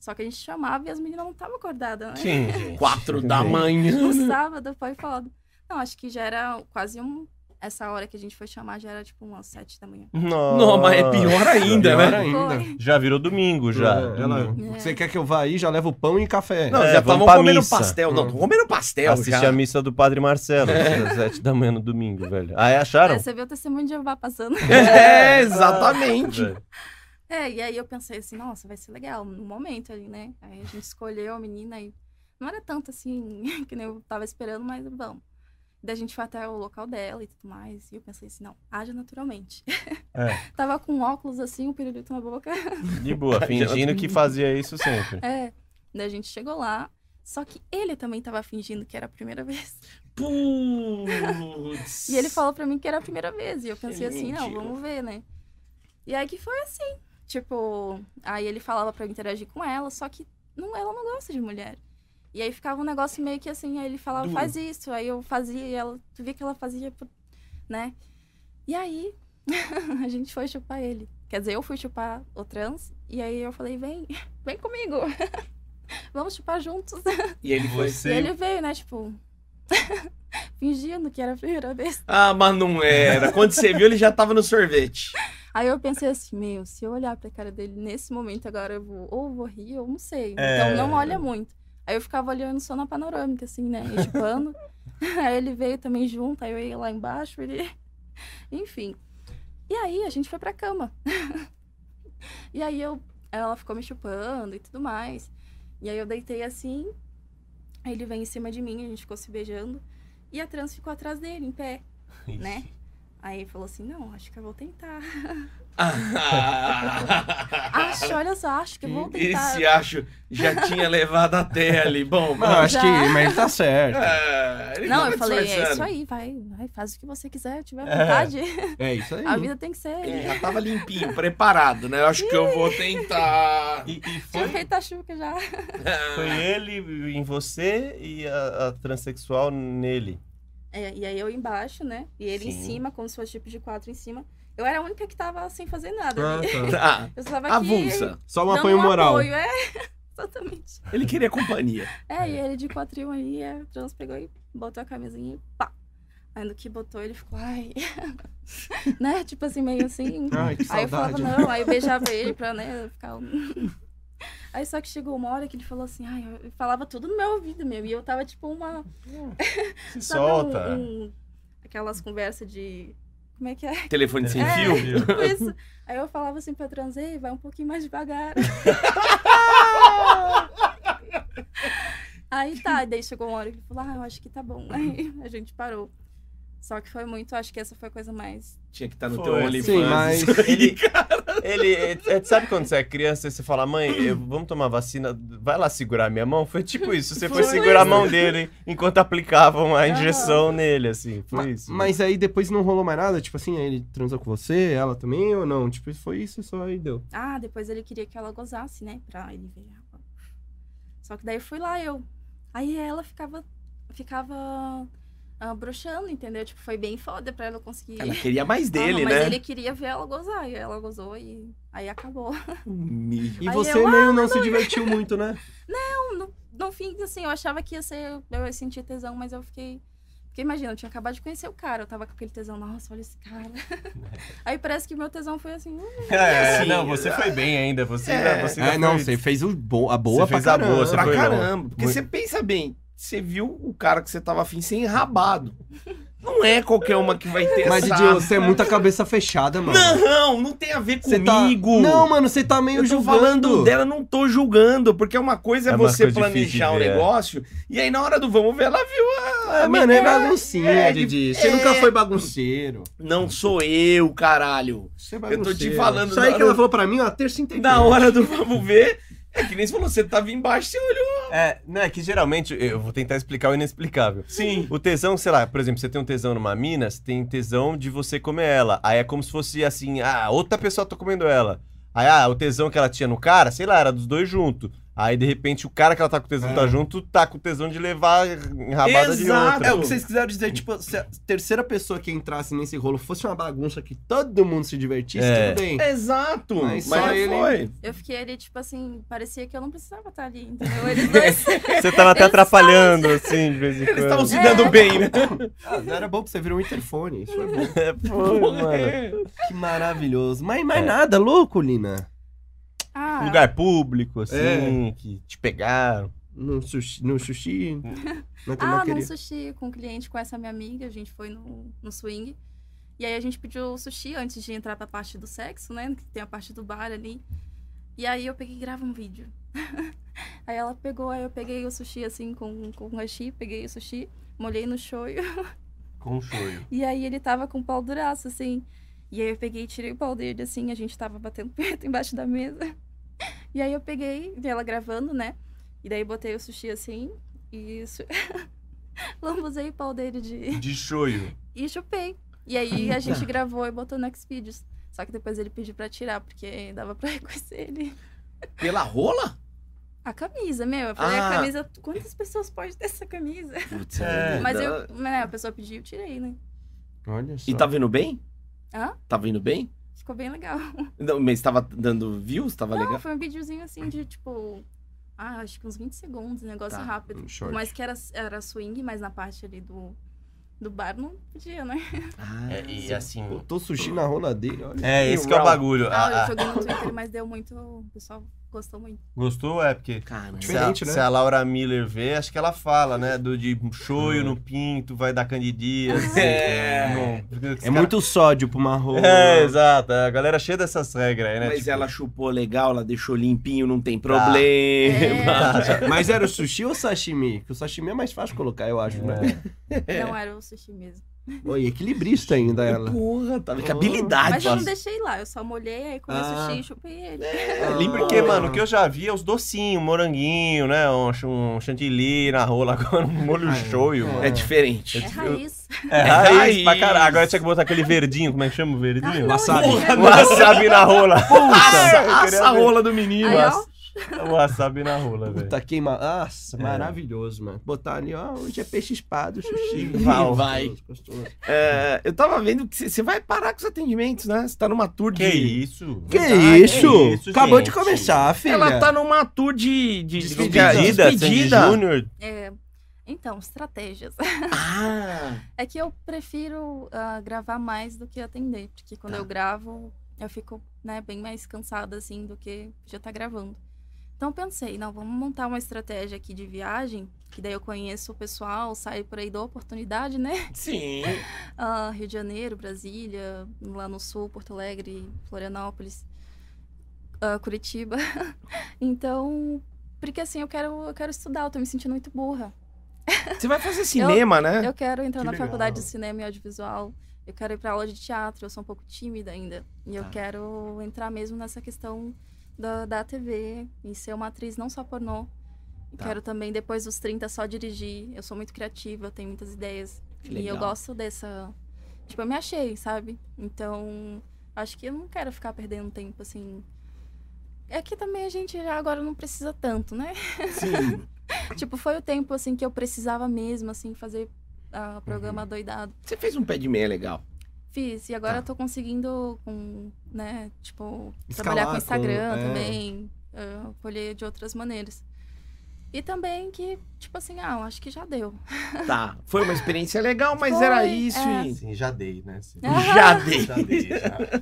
Só que a gente chamava e as meninas não estavam acordadas, né? Sim, gente. Quatro da manhã. No sábado, o pai falando. Não, acho que já era quase um. Essa hora que a gente foi chamar já era tipo umas sete da manhã. Nossa. Não, mas é pior ainda, Pior né? ainda. Foi. é- Já virou domingo, já. É, ela- É. Você quer que eu vá aí, já leva o pão e café. Não, É, já vamos estavam pra comendo missa. pastel. Não, tão comendo pastel. Assisti já. a missa do Padre Marcelo, É. às sete da manhã no domingo, velho. Aí acharam? Aí É, você viu o testemunho de Jeová passando. É, exatamente. Velho. É, e aí eu pensei assim, nossa, vai ser legal, no momento ali, né? Aí a gente escolheu a menina e não era tanto assim que nem eu tava esperando, mas vamos. Daí a gente foi até o local dela e tudo mais, e eu pensei assim, não, haja naturalmente. É. tava com óculos assim, um pirulito na boca. De boa, fingindo que fazia isso sempre. É. Daí a gente chegou lá, só que ele também tava fingindo que era a primeira vez. Putz. E ele falou pra mim que era a primeira vez. E eu pensei assim, não, mentira. vamos ver, né? E aí que foi assim. Tipo, aí ele falava pra eu interagir com ela, só que não, ela não gosta de mulher. E aí ficava um negócio meio que assim, aí ele falava, Duro. faz isso. Aí eu fazia e ela, tu via que ela fazia, por- né? E aí a gente foi chupar ele. Quer dizer, eu fui chupar o trans. E aí eu falei, vem, vem comigo. Vamos chupar juntos. E ele foi. E ele veio, né? Tipo, fingindo que era a primeira vez. Ah, mas não era. Quando você viu, ele já tava no sorvete. Aí eu pensei assim, meu, se eu olhar pra cara dele nesse momento agora, eu vou, ou vou rir, ou não sei. É. Então não olha muito. Aí eu ficava olhando só na panorâmica, assim, né? e Chupando. aí ele veio também junto, aí eu ia lá embaixo, ele. Enfim. E aí a gente foi pra cama. e aí eu. Ela ficou me chupando e tudo mais. E aí eu deitei assim. Aí ele veio em cima de mim, a gente ficou se beijando. E a trans ficou atrás dele, em pé, né? Aí ele falou assim, não, acho que eu vou tentar. Acho, olha só, acho que eu vou tentar. Esse acho já tinha levado até ali. Bom, Mas eu mas. acho que mas ele tá certo. Ah, ele Não, tava eu falei, é isso disfarçando. aí, vai, vai, faz o que você quiser, tiver É. vontade. É isso aí. A vida tem que ser. Ele já tava limpinho, preparado, né? Eu acho que eu vou tentar. E, e Tinha foi, feito a chuca já. foi ele em você e a, a transexual nele. É, e aí eu embaixo, né? E ele Sim. em cima, como se fosse tipo de quatro em cima. Eu era a única que tava sem fazer nada. Ah, ali. tá. Ah, Eu só tava aqui. avulsa. Só um dando apoio um moral. apoio, é, exatamente. Ele queria companhia. É, e ele de quadril aí, a trans pegou e botou a camisinha e pá. Aí no que botou, ele ficou, ai. né? Tipo assim, meio assim. Ai, que Aí eu saudade. né? falava, não, aí eu beijava ele pra, né, ficar. um- Aí só que chegou uma hora que ele falou assim, ai, eu- ele falava tudo no meu ouvido meu. E eu tava tipo uma. Se sabe, solta. um- um- aquelas conversas de. Como é que é? Telefone sem É. fio. Tipo isso. Aí eu falava assim pra transei, vai um pouquinho mais devagar. Aí tá, e daí chegou uma hora que ele falou, ah, eu acho que tá bom. Aí a gente parou. Só que foi muito, acho que essa foi a coisa mais. Tinha que estar no Foi. teu OnlyFans. Sim, mas- isso aí. Ele, ele é- é- sabe quando você é criança e você fala, mãe, eu- vamos tomar vacina, vai lá segurar minha mão? Foi tipo isso, você foi, Foi segurar a mão dele enquanto aplicavam a Aham. injeção nele, assim, foi Ma- isso. Mas aí depois não rolou mais nada? Tipo assim, aí ele transou com você, ela também ou não? Tipo, foi isso só aí deu. Ah, depois ele queria que ela gozasse, né? Pra ele ver. ela. Só que daí fui lá eu. Aí ela ficava. Ficava. ah, broxando, entendeu? Tipo, foi bem foda pra ela conseguir. Ela queria mais dele, Ah, mas né? ele queria ver ela gozar, e ela gozou e aí acabou. Humilha. E Aí você eu, "Ah, meio não se divertiu muito, né? Não, no, no fim, assim, eu achava que ia ser. Eu ia sentir tesão, mas eu fiquei. Porque imagina, eu tinha acabado de conhecer o cara, eu tava com aquele tesão, nossa, olha esse cara. aí parece que meu tesão foi assim. "Hum, É, Assim, não, você foi bem ainda, você, É. ainda- você É, ainda não, foi- você fez o bo- a boa Você pra fez a caramba. boa, você Ah, pra foi longe. caramba. Porque Muito. você pensa bem, você viu o cara que você tava afim sem enrabado. Não é qualquer uma que vai ter Mas, essa... Didi, você é muita cabeça fechada, mano. Não, não tem a ver Você comigo. tá... Não, mano, você tá meio eu tô julgando. falando dela, não tô julgando. Porque uma coisa é, É uma você coisa difícil planejar de um ver, é. negócio, e aí na hora do vamos ver, ela viu a... Ah, a mano, menina. é baguncinha, é, Didi. Você é. nunca foi bagunceiro. Não sou eu, caralho. Você é Eu tô te falando Isso aí na que hora- ela falou pra mim, ó, terça inteira. Na hora do vamos ver, é que nem você falou, você tava embaixo, você olhou. É, não, é que geralmente, eu vou tentar explicar o inexplicável. Sim. O tesão, sei lá, por exemplo, você tem um tesão numa mina, você tem tesão de você comer ela. Aí é como se fosse assim, ah, outra pessoa tá comendo ela. Aí, ah, o tesão que ela tinha no cara, sei lá, era dos dois junto. Aí, de repente, o cara que ela tá com tesão É. tá junto, tá com tesão de levar rabada de Exato. outra. É o que vocês quiseram dizer, tipo, se a terceira pessoa que entrasse nesse rolo fosse uma bagunça que todo mundo se divertisse, É. tudo bem. Exato. Mas Mas, só não ele- foi. Eu fiquei ali, tipo assim, parecia que eu não precisava estar ali, entendeu? Eles dois. Você tava até Eles atrapalhando, assim, de vez em quando. Eles estavam se dando É. bem, né? Ah, era bom pra você virar um interfone. Isso é bom. É, pô, mano. É. Que maravilhoso. Mas mais nada, louco, Lina. Ah, Um Lugar público, assim, É. que te pegaram. No sushi. No sushi na ah num comaqueria. sushi com um cliente, com essa minha amiga, a gente foi no, no swing. E aí a gente pediu sushi antes de entrar pra parte do sexo, né? Que tem a parte do bar ali. E aí eu peguei e grava um vídeo. aí ela pegou, aí eu peguei o sushi assim com, com o hashi, peguei o sushi, molhei no shoyu. Com shoyu. E aí ele tava com o pau duraço, assim. E aí eu peguei e tirei o pau dele, assim, a gente tava batendo perto embaixo da mesa. E aí eu peguei, vi ela gravando, né? E daí botei o sushi assim e isso. Lambuzei o pau dele de. De shoyu. E chupei. E aí a gente gravou e botou no Xvideos. Só que depois ele pediu pra tirar, porque dava pra reconhecer ele. Pela rola? A camisa, meu. Eu falei, Ah. a camisa, quantas pessoas podem ter essa camisa? Putz, É, Mas eu, né, a pessoa pediu, eu tirei, né? Olha só. E tá vindo bem? Hã? Tá vindo bem? Ficou bem legal. Não, mas tava dando views? Tava Não, legal? foi um videozinho assim de tipo. Ah, acho que uns 20 segundos, um negócio Tá. rápido. Um short. Mas que era, era swing, mas na parte ali do, do bar não podia, né? Ah, É, e assim. Botou sushi na rola dele, olha. É, esse que é o bagulho. Ah, A- a- eu joguei no Twitter, mas deu muito. O pessoal gostou muito. Gostou? É, porque. Caramba. Se a, Diferente, né? se a Laura Miller vê, acho que ela fala, né? Do de shoyu no pinto, vai dar candidíase. É. Não, porque os Hum. É cara- muito sódio pra uma rola. É, exato. A galera é cheia dessas regras aí, né? Mas Tipo, ela chupou legal, ela deixou limpinho, não tem É, problema. tá, Mas era o sushi ou o sashimi? Que o sashimi é mais fácil colocar, eu acho, né? É, não era o sushi mesmo. Oi, equilibrista ainda ela. Porra, tá que Oh. habilidade. Mas eu não deixei lá, eu só molhei, aí comi o Ah. sushi e chupei ele. é Ah. Lembra é Porque, mano, o que eu já vi é os docinhos, moranguinho, né? Um, ch- um chantilly na rola, agora um molho Ah, é. shoyu, mano. É diferente. É raiz. É raiz, raiz. pra caralho. Agora tinha que botar aquele verdinho, como é que chama o Ah, verdinho? não, Wasabi. gente, é O wasabi na rola. Assa, Eu queria assa a ver. rola do menino. Aí, ó, O wasabi na rola, velho. Puta, queima. Nossa, É. maravilhoso, mano. Botar ali, ó, hoje é peixe espado, sushi. Vai, vai. Gostoso, gostoso. É, eu tava vendo que você vai parar com os atendimentos, né? Você tá numa tour Que de. isso? Que Ah, isso? Acabou de gente. começar, filha. Ela tá numa tour de. de Despedida. de- Despedida, assim, despedida. Sandy Júnior. é, Então, estratégias. Ah, É que eu prefiro ah, gravar mais do que atender, porque quando Tá. eu gravo, eu fico né, bem mais cansada assim do que já tá gravando. Então eu pensei, não, vamos montar uma estratégia aqui de viagem, que daí eu conheço o pessoal, saio por aí, dou oportunidade, né? sim. Ah, Rio de Janeiro, Brasília, lá no sul, Porto Alegre, Florianópolis, ah, Curitiba. então, porque assim, eu quero, eu quero estudar, eu tô me sentindo muito burra. Você vai fazer cinema, né? Eu quero entrar Que na legal. faculdade de cinema e audiovisual. Eu quero ir para aula de teatro. Eu sou um pouco tímida ainda. E eu Tá. quero entrar mesmo nessa questão da, da TV e ser uma atriz não só pornô. E Tá. Quero também, depois dos 30, só dirigir. Eu sou muito criativa, eu tenho muitas ideias. Que E eu legal. gosto dessa. Tipo, eu me achei, sabe? Então, acho que eu não quero ficar perdendo tempo assim. É que também a gente já agora não precisa tanto, né? Sim. Tipo, foi o tempo, assim, que eu precisava mesmo, assim, fazer Uhum. ah, programa doidado. Você fez um pé de meia legal. Fiz, e agora Tá. eu tô conseguindo, com, né, tipo, Escalar trabalhar com- com Instagram é. também, ah, colher de outras maneiras. E também que, tipo assim, ah, eu acho que já deu. Tá. Foi uma experiência legal, mas Foi, era isso. é. e- Sim, já dei, né? Sim. Já dei. Já dei, já.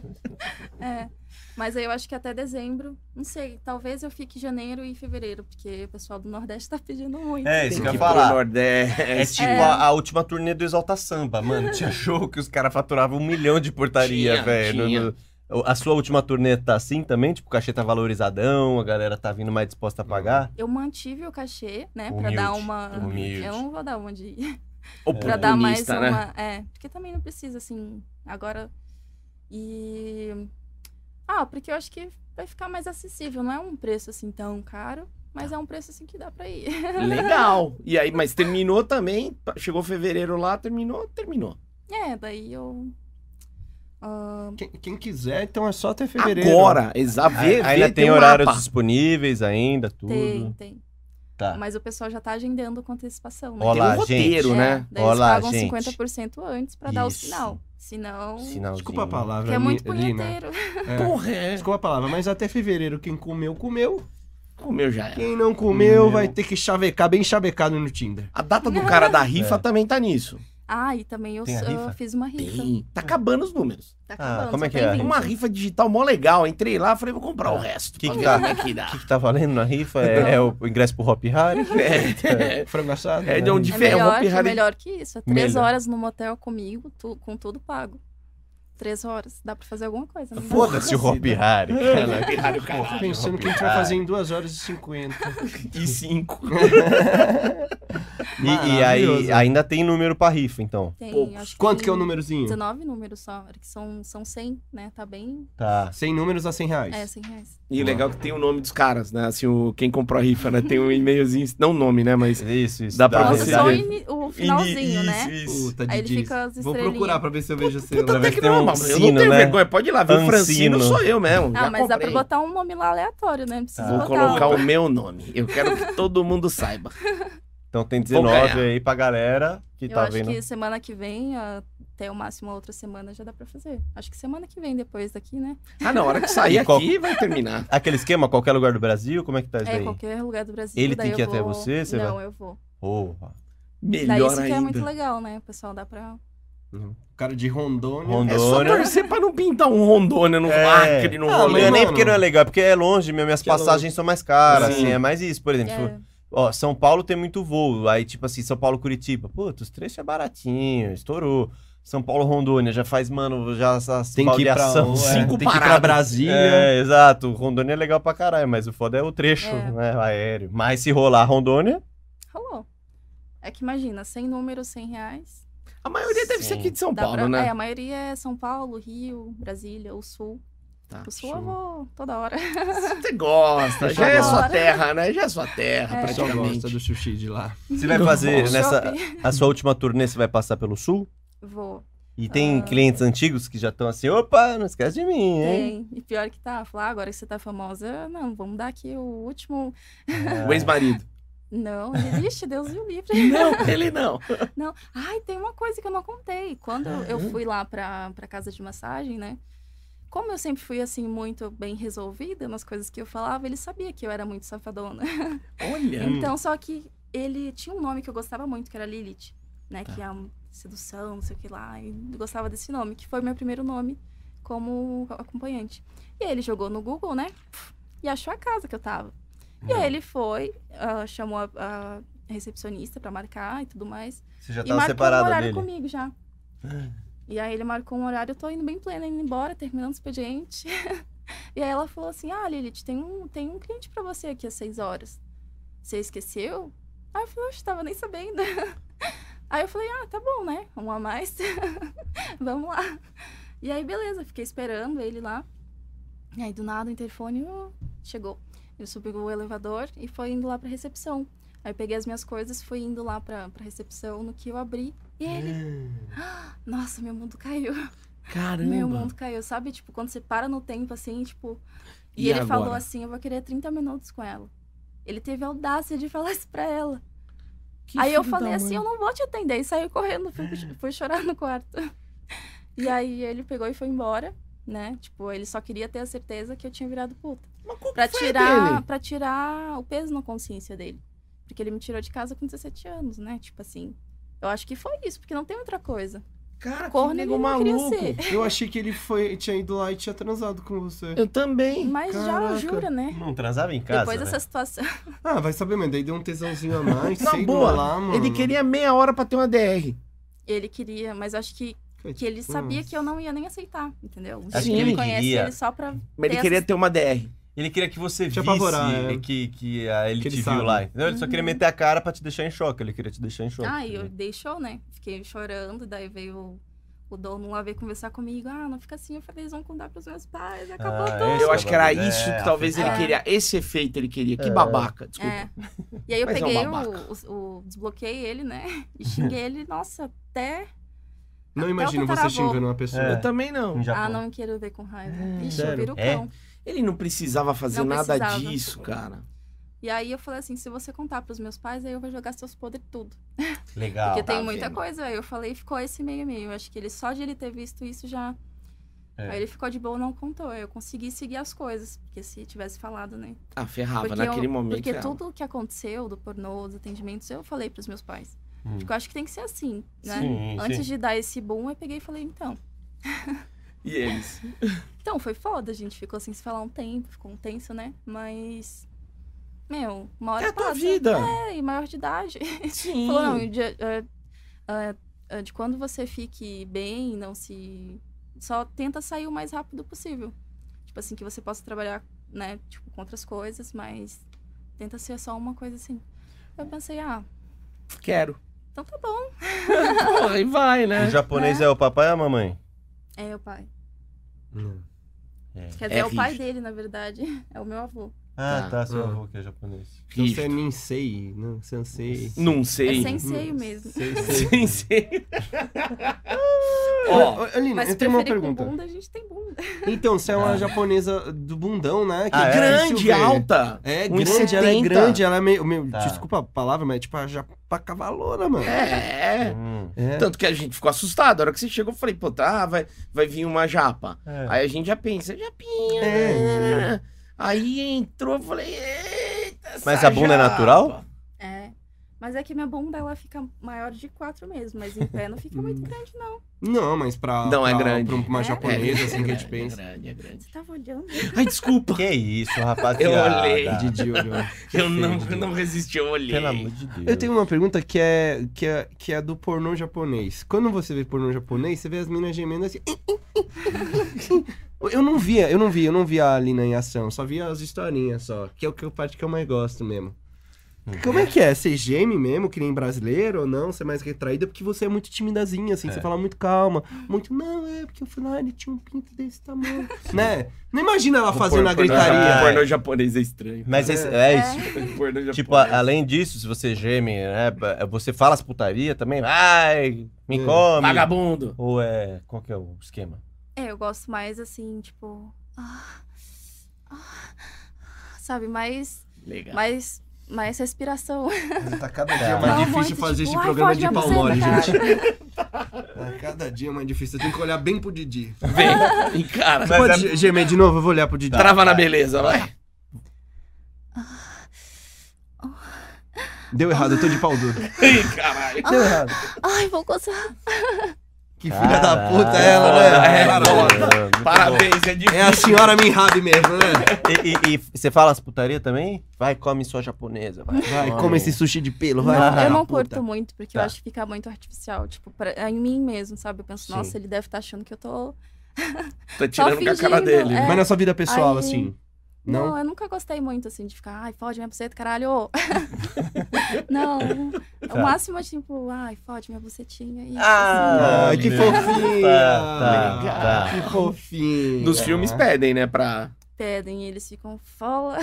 É. Mas aí eu acho que até dezembro, não sei, talvez eu fique janeiro e fevereiro, porque o pessoal do Nordeste tá pedindo muito. É, isso Tem que eu que ia ir pro falar. É Nordeste. tipo a, a última turnê do Exalta Samba, mano. Tinha show que os caras faturavam um milhão de portaria, Tinha, velho. No- tinha. no- o- A sua última turnê tá assim também? Tipo, o cachê tá valorizadão, a galera tá vindo mais disposta a pagar? Eu mantive o cachê, né, pra Humilde, dar uma... humilde. Eu não vou dar um onde ir. pra dar mais Oportunista, né? uma. É, porque também não precisa, assim, agora. E. Ah, porque eu acho que vai ficar mais acessível. Não é um preço assim tão caro, mas é um preço assim que dá pra ir. Legal. E aí, mas terminou também. Chegou fevereiro lá, terminou, terminou. É, daí eu. Quem, quem quiser, então é só até fevereiro. Agora, exa, vê, A- ainda vê, tem um horários mapa. disponíveis ainda, tudo. Tem, tem. Tá. Mas o pessoal já tá agendando com antecipação, né? É, Tem um Olá, roteiro, gente. né? Daí Olá, eles pagam gente. 50% antes pra dar o Isso. sinal. Senão. Sinalzinho. Desculpa a palavra, Que é muito Li- Lina. né? punheteiro. É, Porra, é. Desculpa a palavra, mas até fevereiro quem comeu, comeu. Comeu já. era. Quem não comeu Comeu. vai ter que chavecar bem chavecado no Tinder. A data do cara da rifa É. também tá nisso. Ah, e também eu, Tem a eu rifa? fiz uma rifa. Ah. Tem. Tá acabando os números. Tá Ah, acabando, como só é que tem é a 20. Uma rifa digital mó legal. Entrei lá, falei, vou comprar o resto. Que pra que ver tá? como é que dá? O que, que tá valendo na rifa? É, é o ingresso pro Hop Harry? É, Frango assado. né? É de onde- É Fer- eu vou melhor, pirrar é de- melhor que isso. É três Melhor. horas no motel comigo, tu- com tudo pago. Três horas. Dá pra fazer alguma coisa, né? não dá? Foda-se né? o Hop Harry, cara. Hop Harry, é o Tô caralho. pensando que a gente Ah. vai fazer em 2 horas e 50. E cinco. E, e aí Maravilhoso. ainda tem número pra rifa, então. Tem, poucos. acho Quanto que é o tem númerozinho? 19 números só, que são, são 100, né? Tá bem... Tá. 100 números a 100 reais. É, 100 reais. E o legal é que tem o nome dos caras, né? Assim, o, quem comprou a rifa, né? Tem um e-mailzinho, não o nome, né? Mas. Isso, isso. Dá pra Mostra você só o, ver. ini- o finalzinho, Ini- né? Isso, isso. Puta, Aí ele Didi. fica as Vou estrelinhas. procular pra ver se eu vejo o seu. Puta Deve que ter não, mano. um Eu não sino, tenho né? vergonha. Pode ir lá ver. O Francino Ancino. sou eu mesmo. Ah, já mas dá pra comprei. botar um nome lá aleatório, né? Não precisa Vou botar... colocar o meu nome. Eu quero que todo mundo saiba. Então tem Vou 19 ganhar. aí pra galera que Eu tá acho vendo. que semana que vem, ah, até o máximo outra semana, já dá pra fazer. Acho que semana que vem, depois daqui, né? Ah, não. A hora que sair E qual- aqui, vai terminar. Aquele esquema, qualquer lugar do Brasil, como é que tá isso É, daí? qualquer lugar do Brasil. Ele daí tem que ir eu até vou- você? Você Não, eu vou. Porra. Daí Melhor isso que é muito ainda. legal, né? O pessoal dá pra. O cara de Rondônia. É só Rondônia. torcer pra não pintar um Rondônia no É. Acre, no Ah, Não, mas rolê. é mano. nem porque não é legal, é porque é longe mesmo, e as Que é passagens são mais caras, Sim. assim, é mais isso. Por exemplo, É, ó, São Paulo tem muito voo, aí tipo assim, São Paulo, Curitiba, putz, os trechos é baratinho, estourou. São Paulo, Rondônia, já faz, mano, já essas Tem que ir pra, baldeação, assim. é, cinco tem que ir pra paradas. Brasília. É, exato. Rondônia é legal pra caralho, mas o foda é o trecho, É. né? Aéreo. Mas se rolar Rondônia, rolou. É que imagina, 100 números, 100 reais. A maioria deve ser Sim. aqui de São Dá Paulo, pra- né? é, a maioria é São Paulo, Rio, Brasília, o Sul. Tá. O Sul eu vou toda hora. Você gosta, já é Agora. sua terra, né? Já é sua terra, É. O pessoal gosta praticamente. do sushi de lá. você vai fazer Nossa. nessa Shopping. a sua última turnê, você vai passar pelo sul? Vou. E tem Ah. clientes antigos que já estão assim, opa, não esquece de mim, hein? Tem. E pior que tá, falar, "Ah, agora que você tá famosa, não, vamos dar aqui o último. É, O ex-marido. Não, existe, Deus me livre. Não, ele não. Não. Ai, tem uma coisa que eu não contei. Quando eu fui lá pra, pra casa de massagem, né? Como eu sempre fui, assim, muito bem resolvida nas coisas que eu falava, ele sabia que eu era muito safadona. Olha. Hum. Então, só que ele tinha um nome que eu gostava muito, que era Lilith, né? Que é a sedução, não sei o que lá. E eu gostava desse nome, que foi meu primeiro nome como acompanhante. E aí ele jogou no Google, né? E achou a casa que eu tava. E aí ele foi, ah, chamou a, a recepcionista pra marcar e tudo mais. Você já E tava marcou um separada horário dele. Ah. comigo já. E aí ele marcou um horário, eu tô indo bem plena, indo embora, terminando o expediente. e aí ela falou assim, ah, Lilith, tem um, tem um cliente pra você aqui às seis horas. Você esqueceu? Aí eu falei, oxe, tava nem sabendo. aí eu falei, ah, tá bom, né? Um a mais. Vamos lá. E aí, beleza, fiquei esperando ele lá. E aí, do nada, o interfone ó, chegou. Eu subi o elevador e foi indo lá pra recepção. Aí eu peguei as minhas coisas, fui indo lá pra, pra recepção, no que eu abri. E É? ele, nossa, meu mundo caiu. Caramba. Meu mundo caiu. Sabe, tipo, quando você para no tempo, assim, tipo... E, E ele falou agora? assim, eu vou querer 30 minutos com ela. Ele teve a audácia de falar isso pra ela. Que aí eu filho da falei assim, mãe. eu não vou te atender. E saiu correndo, fui, fui chorar no quarto. E aí ele pegou e foi embora, né? Tipo, ele só queria ter a certeza que eu tinha virado puta. Mas como Pra foi tirar, dele? pra tirar o peso na consciência dele. Porque ele me tirou de casa com 17 anos, né? Tipo assim... Eu acho que foi isso, porque não tem outra coisa. Cara, que Corno ele nego não queria maluco. ser. Eu achei que ele foi, tinha ido lá e tinha transado com você. Eu também. Mas já Caraca. jura, né? Não transava em casa. né? Depois né? velho? dessa situação. Ah, vai saber, mano. Daí deu um tesãozinho a mais. Na sei boa, lá, Hum. mano. Ele queria meia hora pra ter uma DR. Ele queria, mas acho que, que ele sabia que eu não ia nem aceitar, entendeu? Acho que ele ele conhece queria. ele só pra. Mas ele Tem queria essas- ter uma DR. Ele queria que você Te visse apavorar, é. que, que ah, ele Que ele te sabe. viu lá. Entendeu? Ele só queria Uhum. meter a cara pra te deixar em choque. Ele queria te deixar em choque. Ah, e eu deixou, né? Fiquei chorando, daí veio o, o dono lá veio conversar comigo. Ah, não fica assim, eu falei, eles vão contar pros meus pais, acabou Ah, tudo. Esse Eu acho que era bagulho, isso é, que talvez ele afetar. queria. Esse efeito ele queria. Que babaca, desculpa. É. E aí eu Mas é um peguei babaca. o, o, o- Desbloqueei ele, né? E xinguei ele, nossa, até. Não Até o imagino você tataravô. xingando uma pessoa. É. Eu também não. No Japão. Ah, não quero ver com raiva. É, Ixi, sério? eu viro o É? cão. Ele não precisava fazer Não nada precisava. disso, cara. E aí eu falei assim, se você contar pros meus pais, aí eu vou jogar seus podres tudo. Legal. Porque tem tá muita vendo? coisa. Aí eu falei, ficou esse meio e meio. Eu Acho que ele só de ele ter visto isso já... É. Aí ele ficou de boa, não contou. Eu consegui seguir as coisas. Porque se tivesse falado, né? Ah, ferrava Porque eu- naquele momento. é. Porque ferrava. tudo que aconteceu do pornô, dos atendimentos, eu falei pros meus pais. Hum. Porque eu acho que tem que ser assim, né? Sim, Antes sim. de dar esse boom, eu peguei e falei, então. E eles? Então, foi foda, a gente ficou sem se falar um tempo, ficou um tenso, né? Mas. Meu, uma hora É a tua passa. vida. É, e maior de idade. Sim. Falou, não, de, é, é, é, de quando você fique bem, não se. Só tenta sair o mais rápido possível. Tipo assim, que você possa trabalhar, né, tipo, com outras coisas, mas tenta ser só uma coisa assim. Eu pensei, ah, Quero. então tá bom. Porra, e vai, O né? japonês é o papai ou a mamãe? É o pai. Hum. Quer dizer, é, o pai rígido. dele, na verdade. É o meu avô. Ah, tá, Tá. seu Ah. avô que é japonês. Então Rígido. você é Ninsei, não, Sensei. Não É sei. sensei mesmo. Sei, sei. Sem ser. Ó, Ô, Aline, Mas eu se tenho uma preferir com pergunta. bunda, a gente tem bunda. Então, você é uma Ah. japonesa do bundão, né? Que Ah, é? grande, deixa eu ver. alta. É Um e grande, ela é 70. grande, ela é meio. meio- Tá. Desculpa a palavra, mas é tipo a japa cavalona, mano. É. Hum. É. Tanto que a gente ficou assustado. A hora que você chegou, eu falei, pô, tá, vai, vai vir uma japa. É. né, Aí a gente já pensa, japinha. né, É. Aí entrou, eu falei, eita, essa Mas a bunda é japa. natural? É. Mas é que minha bunda, ela fica maior de quatro mesmo. Mas em pé não fica muito grande, não. Não, mas pra. Não, é pra- grande. pra uma É? japonesa, assim, que a gente É pensa. grande, é grande. Você tava olhando? Ai, desculpa. Que isso, rapaziada. Eu olhei. Didi né? olhou. Eu não, Didi. eu não resisti, eu olhei. Pelo amor de Deus. Eu tenho uma pergunta que é, que, é, que é do pornô japonês. Quando você vê pornô japonês, você vê as minas gemendo assim. Eu não via, eu não via, eu não via a Lina em ação, só via as historinhas só, que é o que a parte que eu mais gosto mesmo. Como é que é? Você geme mesmo, que nem brasileiro ou não? Você é mais retraída porque você é muito timidazinha, assim, É. você fala muito calma, muito, não, é porque eu fui lá, ele tinha um pinto desse tamanho, né? Não imagina ela O fazendo por- a pornô gritaria. japonês- O pornô japonês é estranho. Mas esse- é isso. O pornô japonês. Tipo, a- além disso, se você geme, né? ba- Você fala as putaria também, ai, me É. come. Vagabundo. Ou é. Qual que é o esquema? É, eu gosto mais assim, tipo. ah, ah, sabe, mais. Legal. Mais. Mais respiração. Tá cada dia mais mais Dá um difícil monte, fazer tipo, esse "Ai, programa fode de né?" minha pau mole, buceta, gente. caralho." Tá cada dia mais difícil. Eu tenho que olhar bem pro Didi. Vem. E cara, Mas Pode é- gemer de novo? Eu vou olhar pro Didi. trava na beleza, vai. Deu errado, eu tô de pau duro. Ih, caralho. Deu errado. Ai, vou coçar. Que filha da puta é ela, Caralho. né? É, Cara, foda. Muito bom. Parabéns, é difícil. É a senhora Minhab mesmo, né? E, e- e você fala as putaria também? Vai, come sua japonesa. Vai, Vai, come esse sushi de pelo, vai. Não, filha eu não da puta. curto muito, Tá. porque eu acho que fica muito artificial. Tipo, pra- é em mim mesmo, sabe? Eu penso, Sim. nossa, ele deve estar achando que eu tô. Tô tirando com a fingindo, cara dele. né? é. Mas na sua vida pessoal, Aí- assim. Não? Não? eu nunca gostei muito, assim, de ficar, ai, fode minha buceta, caralho. ô." não. Tá. O máximo é tipo, ai, fode minha bucetinha. assim, Isso, Ah, Ai, que meu. fofinha. Tá, tá, tá. Que fofinha. Nos filmes pedem, né, pra... assim, pedem, e eles ficam fola.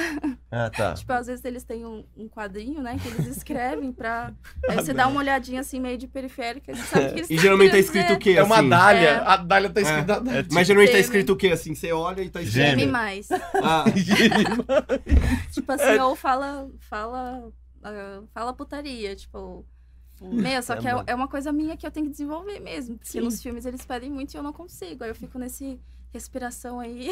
Ah, tá. Tipo, às vezes eles têm um, um quadrinho, né, que eles escrevem pra. Aí você dá uma olhadinha assim, meio de periférica, e sabe o que eles né? E tão geralmente tá querendo escrito o dizer. quê? É uma assim? dália. É. A dália tá escrita... É. Mas geralmente tá Geme. escrito o quê? Assim, você olha e tá escrito. Geme. Escreve mais. Ah, tipo assim, ou fala. Fala. ah, Fala putaria, tipo. Meu, só que é, mano. é uma coisa minha que eu tenho que desenvolver mesmo. Porque nos filmes eles pedem muito e eu não consigo. Aí eu fico nesse respiração aí.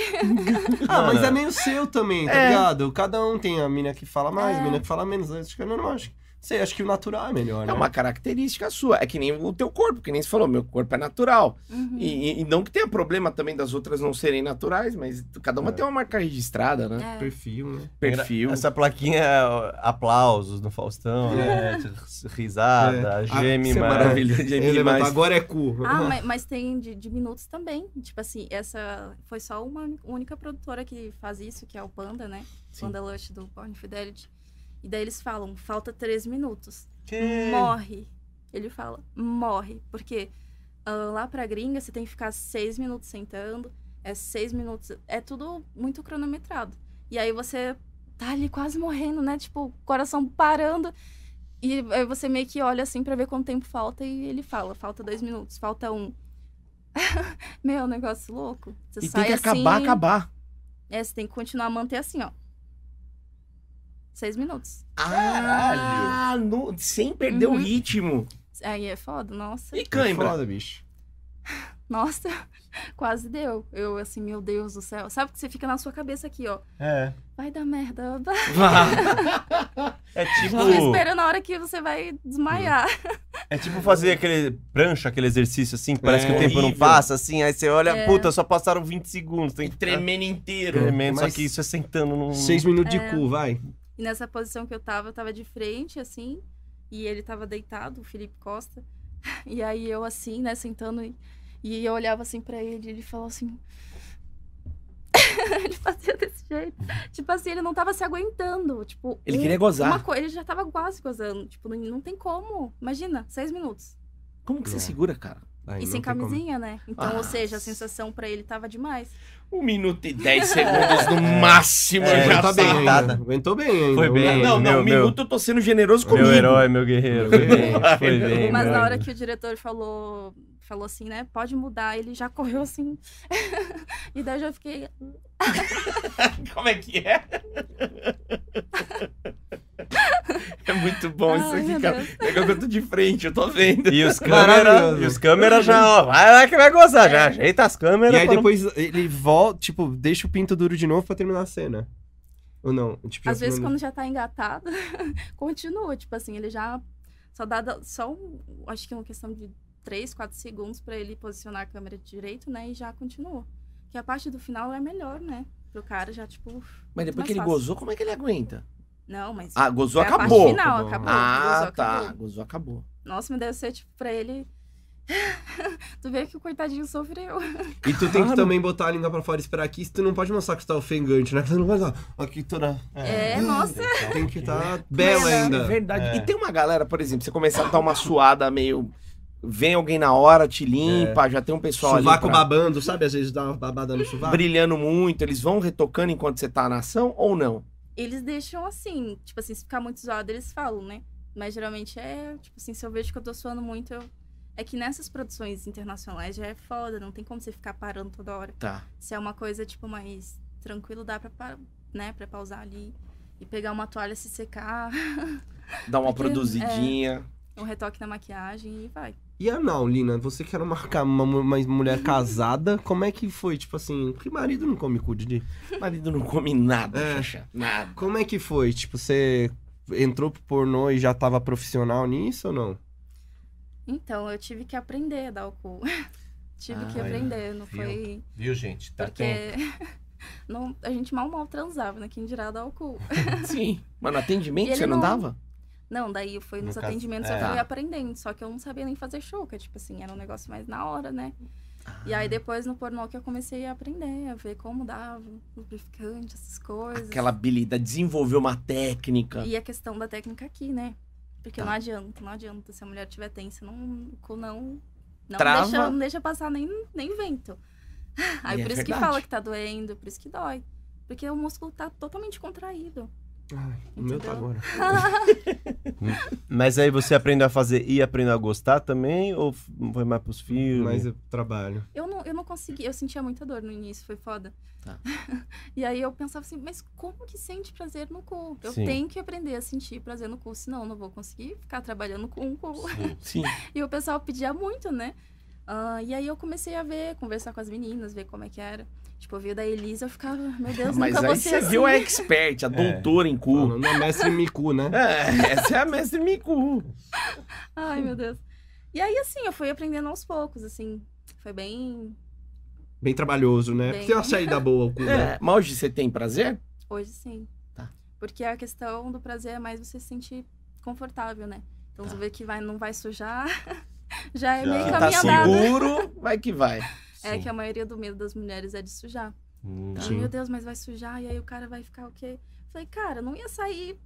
Ah, mas Mano. é meio seu também, tá ligado? Cada um tem a mina que fala mais, a É. mina que fala menos. né? Acho que eu não acho. Sei, acho que o natural é melhor, né? É uma característica sua. É que nem o teu corpo, que nem você falou, meu corpo é natural. Uhum. E, e- e não que tenha problema também das outras não serem naturais, mas cada uma É. tem uma marca registrada, né? É. Perfil, né? Perfil. Essa plaquinha é aplausos no Faustão, né? Risada, É. geme, Isso é mas- maravilhoso. Ele Gemi, levantou, mas... agora é cu. Ah, mas, mas tem de, de minutos também. Tipo assim, essa foi só uma única produtora que faz isso, que é o Panda, né? Sim. Panda Lush do Porn Fidelity. E daí eles falam, falta três minutos. Que- Morre. Ele fala, morre. Porque ah, lá pra gringa você tem que ficar seis minutos sentando, é seis minutos. É tudo muito cronometrado. E aí você tá ali quase morrendo, né? Tipo, coração parando. E aí você meio que olha assim pra ver quanto tempo falta e ele fala, falta dois minutos, falta um. Meu, é um negócio louco. Você E tem que acabar, assim, acabar. É, você tem que continuar a manter assim, ó. Seis minutos. Ah, no- sem perder o Uhum. ritmo. Aí é foda, nossa. E cãibra? Foda, bicho. Nossa, quase deu. Eu, assim, meu Deus do céu. Sabe que você fica na sua cabeça aqui, ó. É. Vai dar merda. vai- É tipo. Fica esperando a hora que você vai desmaiar. Hum. É tipo fazer aquele prancha, aquele exercício assim, que parece É. que o tempo não Horrível. passa, assim, aí você olha, É. puta, só passaram 20 segundos, tem que ficar Tremendo inteiro. tremendo, Mas- só que isso é sentando num... Seis minutos de cu, vai. E nessa posição que eu tava, eu tava de frente, assim, e ele tava deitado, o Felipe Costa. E aí eu, assim, né, sentando, e, e eu olhava assim pra ele, e ele falou assim. ele fazia desse jeito. Tipo assim, ele não tava se aguentando. Tipo, Ele um- queria uma gozar. coisa, ele já tava quase gozando. Tipo, não, não tem como. Imagina, seis minutos. Como que você É. segura, cara? Aí e não sem tem como. Ah. camisinha, né? Então, ou seja, a Nossa. sensação pra ele tava demais. Um minuto e dez segundos no máximo. É, já Aguentou tá bem ainda. sentada. Aguentou bem ainda. né? Foi bem. Vai. Não, não, Meu, um meu. minuto eu tô sendo generoso Meu comigo. herói, meu guerreiro. Foi bem, foi foi bem, bem. Mas né? na hora que o diretor falou, falou assim, né? Pode mudar, ele já correu assim. e daí eu já fiquei. Como é que é? é muito bom isso Ai, aqui, meu cara. Deus. É que eu tô de frente, eu tô vendo. E os câmeras, Maravilhoso. e os câmeras já, ó, vai lá que vai gozar, É. já ajeita as câmeras. E aí pra não- depois ele volta, tipo, deixa o pinto duro de novo pra terminar a cena. Ou não? Tipo, já Às vezes, terminou. quando já tá engatado, continua. Tipo assim, ele já só dá da- só um, acho que é uma questão de 3, 4 segundos pra ele posicionar a câmera direito, né? E já continua. Que a parte do final é melhor, né? Pro cara já, tipo, Mas depois Mais que ele fácil. gozou, como é que ele aguenta? não, mas. Ah, gozou, é a acabou. parte final, acabou. acabou. Ah, Gozou, tá. acabou. Gozou, acabou. Nossa, me deve ser, tipo, pra ele. tu vê que o coitadinho sofreu. E tu tem que Claro. também botar a língua pra fora e esperar aqui, se tu não pode mostrar que tu tá ofegante, né? Que tu não vai lá. Aqui toda. É, nossa. Tem que tá bela Mas é É ainda. verdade. E tem uma galera, por exemplo, você começar a dar uma suada meio. Vem alguém na hora, te limpa, já tem um pessoal É. Sovaco ali pra- babando, sabe? Às vezes dá uma babada no sovaco. brilhando muito, eles vão retocando enquanto você tá na ação ou não? Eles deixam assim, tipo assim, se ficar muito zoado, eles falam, né? Mas geralmente é, tipo assim, se eu vejo que eu tô suando muito, eu. É que nessas produções internacionais já é foda, não tem como você ficar parando toda hora. Tá. Se é uma coisa, tipo, mais tranquilo, dá pra, pa- né, pra pausar ali e pegar uma toalha, se secar, Dá uma Porque, produzidinha. um retoque na maquiagem e vai. E anal, Lina, você que era uma, ca- uma, mu- uma mulher casada, como é que foi? Tipo assim, que marido não come cu, Didi? Marido não come nada, É. Xaxá. Nada. Como é que foi? Tipo, você entrou pro pornô e já tava profissional nisso ou não? Então, eu tive que aprender a dar o cu. tive que Ai, aprender, não viu? foi. Viu, gente? Tá tempo. porque. não, a gente mal mal transava, né? Quem dirá dar o cu. Sim. Mas no E atendimento ele você não, não- dava? Não, daí eu fui nos No caso, atendimentos, é. eu fui Tá. aprendendo. Só que eu não sabia nem fazer chuca, tipo assim, era um negócio mais na hora, né? E Ah. aí depois no pornô que eu comecei a aprender, a ver como dava, lubrificante, essas coisas. Aquela habilidade, desenvolver uma técnica. E a questão da técnica aqui, né? Porque Tá. não adianta, não adianta. Se a mulher tiver tensa, não, o cu não, não, Trava. deixa, não deixa passar nem, nem vento. Aí E é por isso que verdade. fala que tá doendo, por isso que dói. Porque o músculo tá totalmente contraído. Ai, o meu tá agora. Mas aí você aprendeu a fazer e aprendeu a gostar também? Ou f- foi mais pros filmes? Mas é- eu trabalho. Eu não, eu não consegui, eu sentia muita dor no início, foi foda. Tá. e aí eu pensava assim, mas como que sente prazer no cu? Eu Sim. tenho que aprender a sentir prazer no cu, senão eu não vou conseguir ficar trabalhando com um cu. Sim. E o pessoal pedia muito, né? Ah, e aí eu comecei a ver, conversar com as meninas, ver como é que era. Tipo, eu via da Elisa, eu ficava, meu Deus, Mas nunca aí vou você ser assim. viu a expert, a É. doutora em cu. Falando, é mestre Miku, né? É, essa é a mestre Miku. Ai, meu Deus. E aí, assim, eu fui aprendendo aos poucos, assim. Foi bem... Bem trabalhoso, né? Bem. Tem uma saída boa o cu, né? É, mas hoje você tem prazer? Hoje, sim. Tá. Porque a questão do prazer é mais você se sentir confortável, né? Então, Tá. você vê que vai, não vai sujar, já é Já. meio Que Tá caminho andado. seguro, vai que vai. É Sim. que a maioria do medo das mulheres é de sujar. Hum. Ela, meu Deus, mas vai sujar, e aí o cara vai ficar o quê? Falei, cara, não ia sair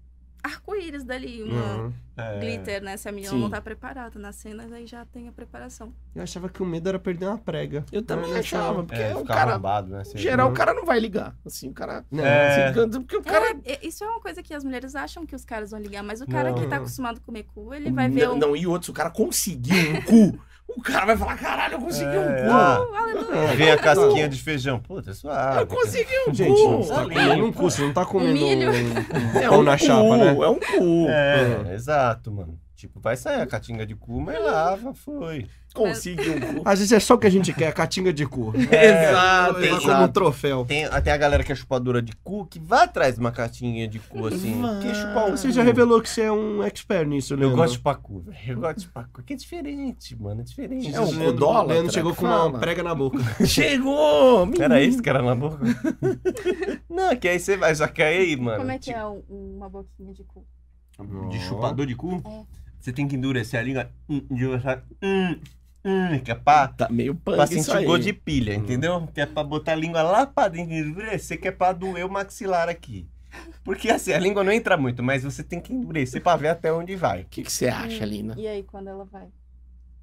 arco-íris dali, uma... Uhum. É. glitter, né? Se a menina Sim. não tá preparada nas cenas, aí já tem a preparação. Eu achava que o medo era perder uma prega. Eu também Eu achava, achava- porque É, o ficar cara. arrombado, né? assim, Em Sei geral, lá. o cara não vai ligar. Assim, o cara. Não. É. se encanta, Porque o cara. Cara, isso é uma coisa que as mulheres acham que os caras vão ligar, mas o cara Não. que tá acostumado a comer cu, ele vai ver não, um. não, e outros, o cara conseguiu um cu. o cara vai falar, caralho, eu consegui um É. cu. Ah, Uh, aleluia. É, vem a casquinha de feijão. Puta, suave. Eu consegui um Gente, cu. você tá comendo um cu, você não tá comendo milho. um, um É pão um na cu, chapa, né? É um cu. É, exato, mano. Tipo, vai sair a catinga de cu, É. mas lava, foi. Consegui um cu. Às vezes é só o que a gente quer, a catinga de cu. Exato, Levar Ah, exato. como um troféu. Tem até a galera que é chupadora de cu que vai atrás de uma caixinha de cu assim. Vai. Que chupar um Você já revelou que você é um expert nisso, Eu Leandro. gosto de pacu, velho. Eu gosto de pacu. Que é diferente, mano. É diferente. É um Leandro- odólatra, Leandro chegou com fala. uma prega na boca. Chegou! É. Uhum. Era isso que era na boca? Não, que aí você vai, só que aí, mano. Como é que tipo, é um- uma boquinha de cu? De chupador de cu? É. Você tem que endurecer a língua. hum, endurecer, hum, hum, que é pra, Tá meio punk pra isso sentir aí. o gosto de Hum. pilha, entendeu? Que é pra botar a língua lá pra dentro, endurecer, que é pra doer o maxilar aqui. Porque assim, a língua não entra muito, mas você tem que endurecer pra ver até onde vai. O que que você acha, Lina? E aí, quando ela vai?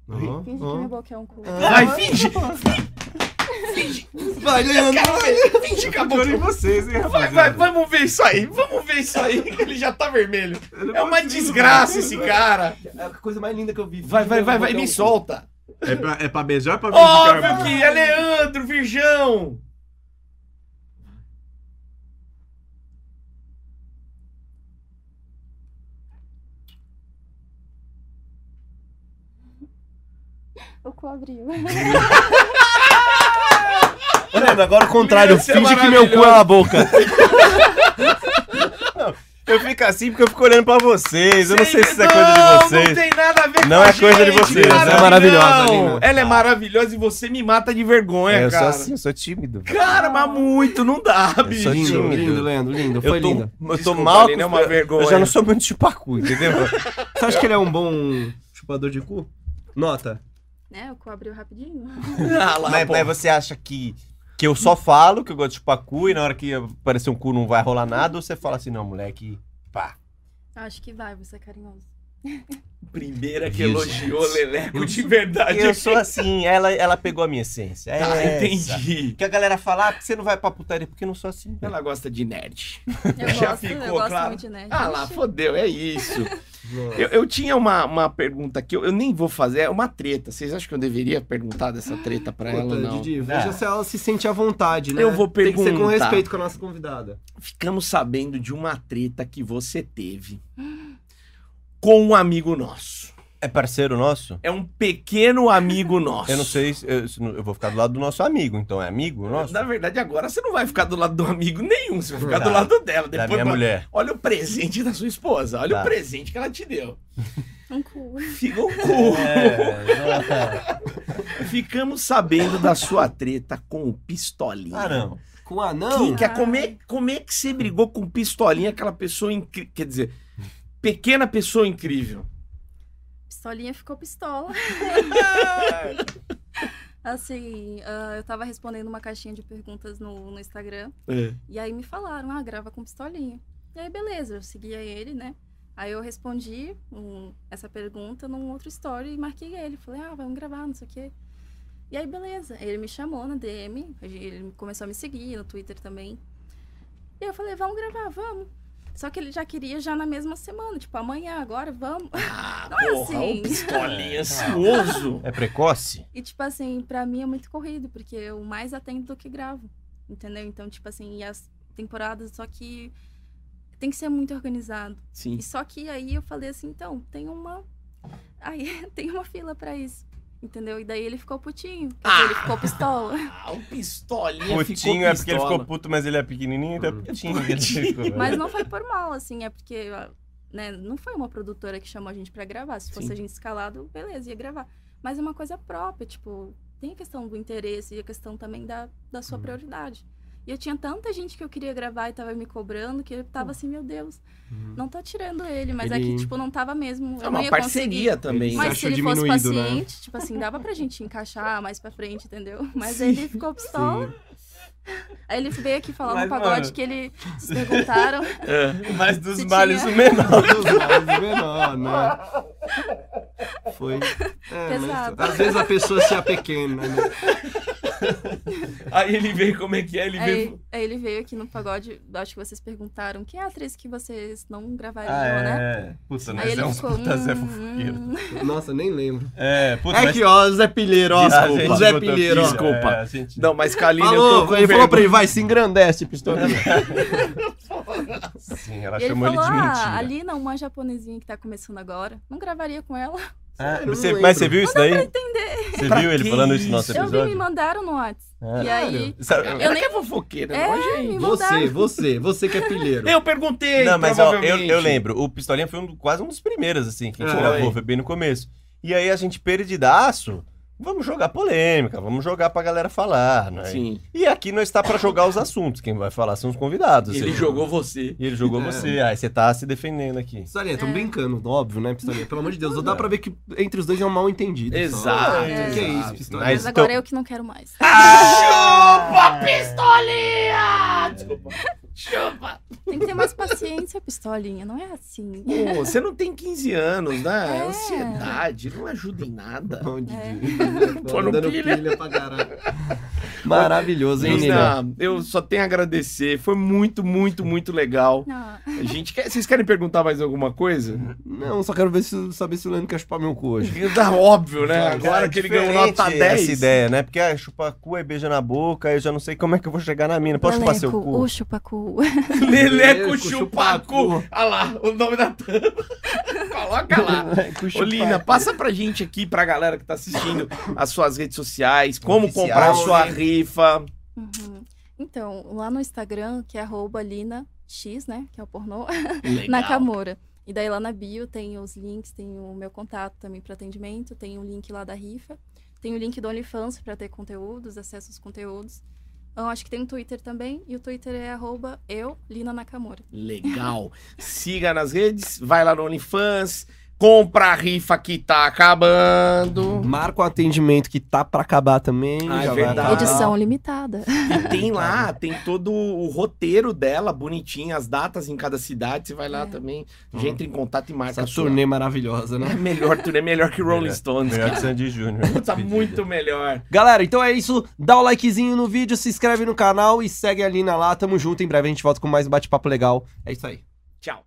Aham, Finge que aham. minha boca é um cu. Vai, finge! Vai, Leandro! Finge que a boca- Agora em vocês, hein, Vai, rapaziada? vai, vamos ver isso aí. Vamos ver isso aí, que ele já tá vermelho. É uma desgraça esse cara. É a coisa mais linda que eu vi. Vai, vai, vai, vai, me um solta. É pra, é pra beijar ou pra Óbvio que é Leandro, Virgão. O cu abriu. Leandro, agora o contrário. Leandro, você é Finge que meu cu é a boca. Eu fico assim porque eu fico olhando pra vocês. Eu não sei se isso é coisa Não, de vocês. Não tem nada a ver Não com a é coisa de gente, vocês. cara, Ela é maravilhosa, não. Lina. Ela é maravilhosa e você me mata de vergonha, É, eu sou cara. assim, eu sou tímido. velho. Cara, mas muito, não dá, bicho. sou Lindo, tímido. lindo, Leandro, lindo. Foi eu tô, lindo. Eu tô Desculpa, mal. Lina, é com- uma vergonha. Eu já não sou muito chupacu, entendeu? Você acha que ele é um bom chupador de cu? Nota. né? O cu abriu rapidinho. Ah, lá, mas, pô. mas você acha que, que eu só falo que eu gosto de chupar cu e na hora que aparecer um cu não vai rolar nada? Ou você fala assim, não, moleque, pá. Acho que vai, você é carinhoso. Primeira que Isso. elogiou o Leleco de verdade. Eu sou assim, ela, ela pegou a minha essência. É Ah, essa. entendi. Que a galera fala, ah, porque você não vai pra putaria, porque eu não sou assim. velho. Ela gosta de nerd. Eu Já gosto, ficou eu gosto claro. muito, né? Ah lá, Ixi, fodeu, é isso. Eu, eu tinha uma, uma pergunta que eu, eu nem vou fazer, é uma treta. Vocês acham que eu deveria perguntar dessa treta pra ela Puta, ou não? É. Didi, veja se ela se sente à vontade, né? Eu vou Tem que ser com perguntar. respeito com a nossa convidada. Ficamos sabendo de uma treta que você teve com um amigo nosso. É parceiro nosso? É um pequeno amigo nosso. Eu não sei, se- eu, se não- eu vou ficar do lado do nosso amigo, então é amigo nosso? Na verdade, agora você não vai ficar do lado do amigo nenhum, você vai ficar Tá. do lado dela. da Depois minha vai- mulher. Olha o presente da sua esposa, olha Tá. o presente que ela te deu. Um cu. Fica o cu. É, Ficamos sabendo da sua treta com o Pistolinha. ah, não. Com o anão? Que, que é, como, é, como é que você brigou com o Pistolinha, aquela pessoa incrível? Quer dizer, pequena pessoa incrível. Pistolinha ficou pistola. assim, ah, eu tava respondendo uma caixinha de perguntas no, no Instagram. É. E aí me falaram, ah, grava com pistolinha. E aí, beleza, eu seguia ele, né? Aí eu respondi um- essa pergunta num outro story e marquei ele. Falei, ah, vamos gravar, não sei o quê. E aí, beleza. Ele me chamou na DM, a gen- ele começou a me seguir no Twitter também. E eu falei, vamos gravar, vamos. Só que ele já queria já na mesma semana, tipo, amanhã, agora, vamos. Ah, Não é porra, assim. o Pistolinha ansioso. É precoce? E, tipo assim, pra mim é muito corrido, porque eu mais atendo do que gravo, entendeu? Então, tipo assim, e as temporadas, só que tem que ser muito organizado. Sim. E só que aí eu falei assim, então, tem uma. Aí tem uma fila pra isso. Entendeu? E daí ele ficou putinho. quer dizer, Ele ficou pistola. Ah, o Pistolinha ficou Putinho é porque ele pistola. Hum. ficou puto, mas ele é pequenininho, então é putinho. que ele Putinho. ficou, velho. Mas não foi por mal, assim, é porque. Né, não foi uma produtora que chamou a gente pra gravar. Se fosse Sim. a gente escalado, beleza, ia gravar. Mas é uma coisa própria, tipo, tem a questão do interesse e a questão também da, da Hum. sua prioridade. E eu tinha tanta gente que eu queria gravar e tava me cobrando que eu Hum. tava assim, meu Deus, não tá tirando ele, mas é Ele- que, tipo, não tava mesmo. eu Uhum. É não uma ia conseguir. parceria também. né? Mas- Mas se achou ele fosse diminuído, né? paciente, tipo assim, dava pra gente encaixar mais pra frente, entendeu? Mas aí ele ficou pistola. Aí ele veio aqui falar Mas, no pagode mano, que ele se perguntaram. Mas dos Se males o tinha- menor. Deus, mas o menor, né? Foi. É, mas Pesado. às vezes a pessoa se apequena, né? Aí ele veio, como é que é? Ele veio. Aí, aí ele veio aqui no pagode, acho que vocês perguntaram quem é a atriz que vocês não gravariam, Ah, né? é. Puta, nós é uns ficou, puta Zé "Hum, fofoqueiro. hum". Nossa, nem lembro. É, puta, É mas- que, ó, Zé Pilheiro, ó. Ah, desculpa. gente, Zé botou Pilheiro, ó. pilha, desculpa. é, a gente- Não, mas Kalina, eu tô Falou, com ele falou pra vergonha. ele, vai, se engrandece, pistola. Sim, ela E ele chamou Tá ele falou, de ah, mentira. ali não, uma japonesinha que tá começando agora. Não gravaria com ela. Ah, Eu não você- lembro. mas você viu isso daí? Você Pra viu ele que falando isso no nosso isso? Eu vi, me episódio? mandaram no WhatsApp. Ah. E aí... Sabe- Eu Eu nem nem- é fofoqueira, É, não, a gente. me mandaram. Você, você, você que é pilheiro. Eu perguntei, Não, mas ó, eu, provavelmente. eu lembro, o Pistolinha foi um- quase um dos primeiros, assim, que a gente Foi. gravou, foi bem no começo. E aí a gente perdidaço, vamos jogar polêmica, vamos jogar pra galera falar, né? Sim. E aqui nós está pra jogar os assuntos, quem vai falar são os convidados. Ele assim. jogou você. E ele jogou você, aí você tá se defendendo aqui. Pistolinha, É. tão brincando, óbvio, né, Pistolinha? Pelo amor de Deus, dá pra ver que entre os dois é um mal entendido. só. Exato. Que é isso, Pistolinha? Mas Mas agora então- eu que não quero mais. Chupa, pistolinha! Desculpa. Chupa! Tem que ter mais paciência, pistolinha. Não é assim. Pô, você não tem 15 anos, né? É É. ansiedade, não ajuda em nada. Não, Didi. É. Tô no Dando pilha. pilha pra caralho. ah, Maravilhoso, hein, Nina? Nina, ah, eu só tenho a agradecer. Foi muito, muito, muito legal. Não. A gente quer... Vocês querem perguntar mais alguma coisa? Não, só quero ver se, saber se o Leandro quer chupar meu cu hoje. Tá óbvio, né? Agora É que ele ganhou diferente nota 10. Essa ideia, né? Porque ah, chupa cu e beija na boca, aí eu já não sei como é que eu vou chegar na mina. Posso chupar seu Leleco, cu? né, O chupacu. Leleco Leleco Chupacu. Olha Chupacu. lá, o nome da tampa. Coloca lá. Ô, Lina, passa pra gente aqui, pra galera que tá assistindo, as suas redes sociais, como Oficial, comprar a sua né? rifa. Uhum. Então, lá no Instagram, que é arroba Lina X, né? Que é o pornô, Legal. Nakamura. E daí lá na bio tem os links, tem o meu contato também para atendimento, tem o link lá da rifa, tem o link do OnlyFans para ter conteúdos, acesso aos conteúdos. Eu acho que tem um Twitter também, e o Twitter é arroba eu, Lina Nakamura. Legal. Siga nas redes, vai lá no OnlyFans, compra a rifa que tá acabando. Marca o atendimento que tá pra acabar também. Ah, é já vai verdade. acabar. Edição limitada. E tem lá, tem todo o roteiro dela, bonitinho, as datas em cada cidade. Você vai lá É. também, já entra em contato e marca Essa a sua. turnê maravilhosa, né? É melhor turnê, é melhor que Rolling Melhor. Stones, Melhor que cara. Sandy Júnior. Tá muito melhor. Galera, então é isso. Dá o likezinho no vídeo, se inscreve no canal e segue a Lina lá. Tamo junto. Em breve a gente volta com mais um bate-papo legal. É isso aí. Tchau.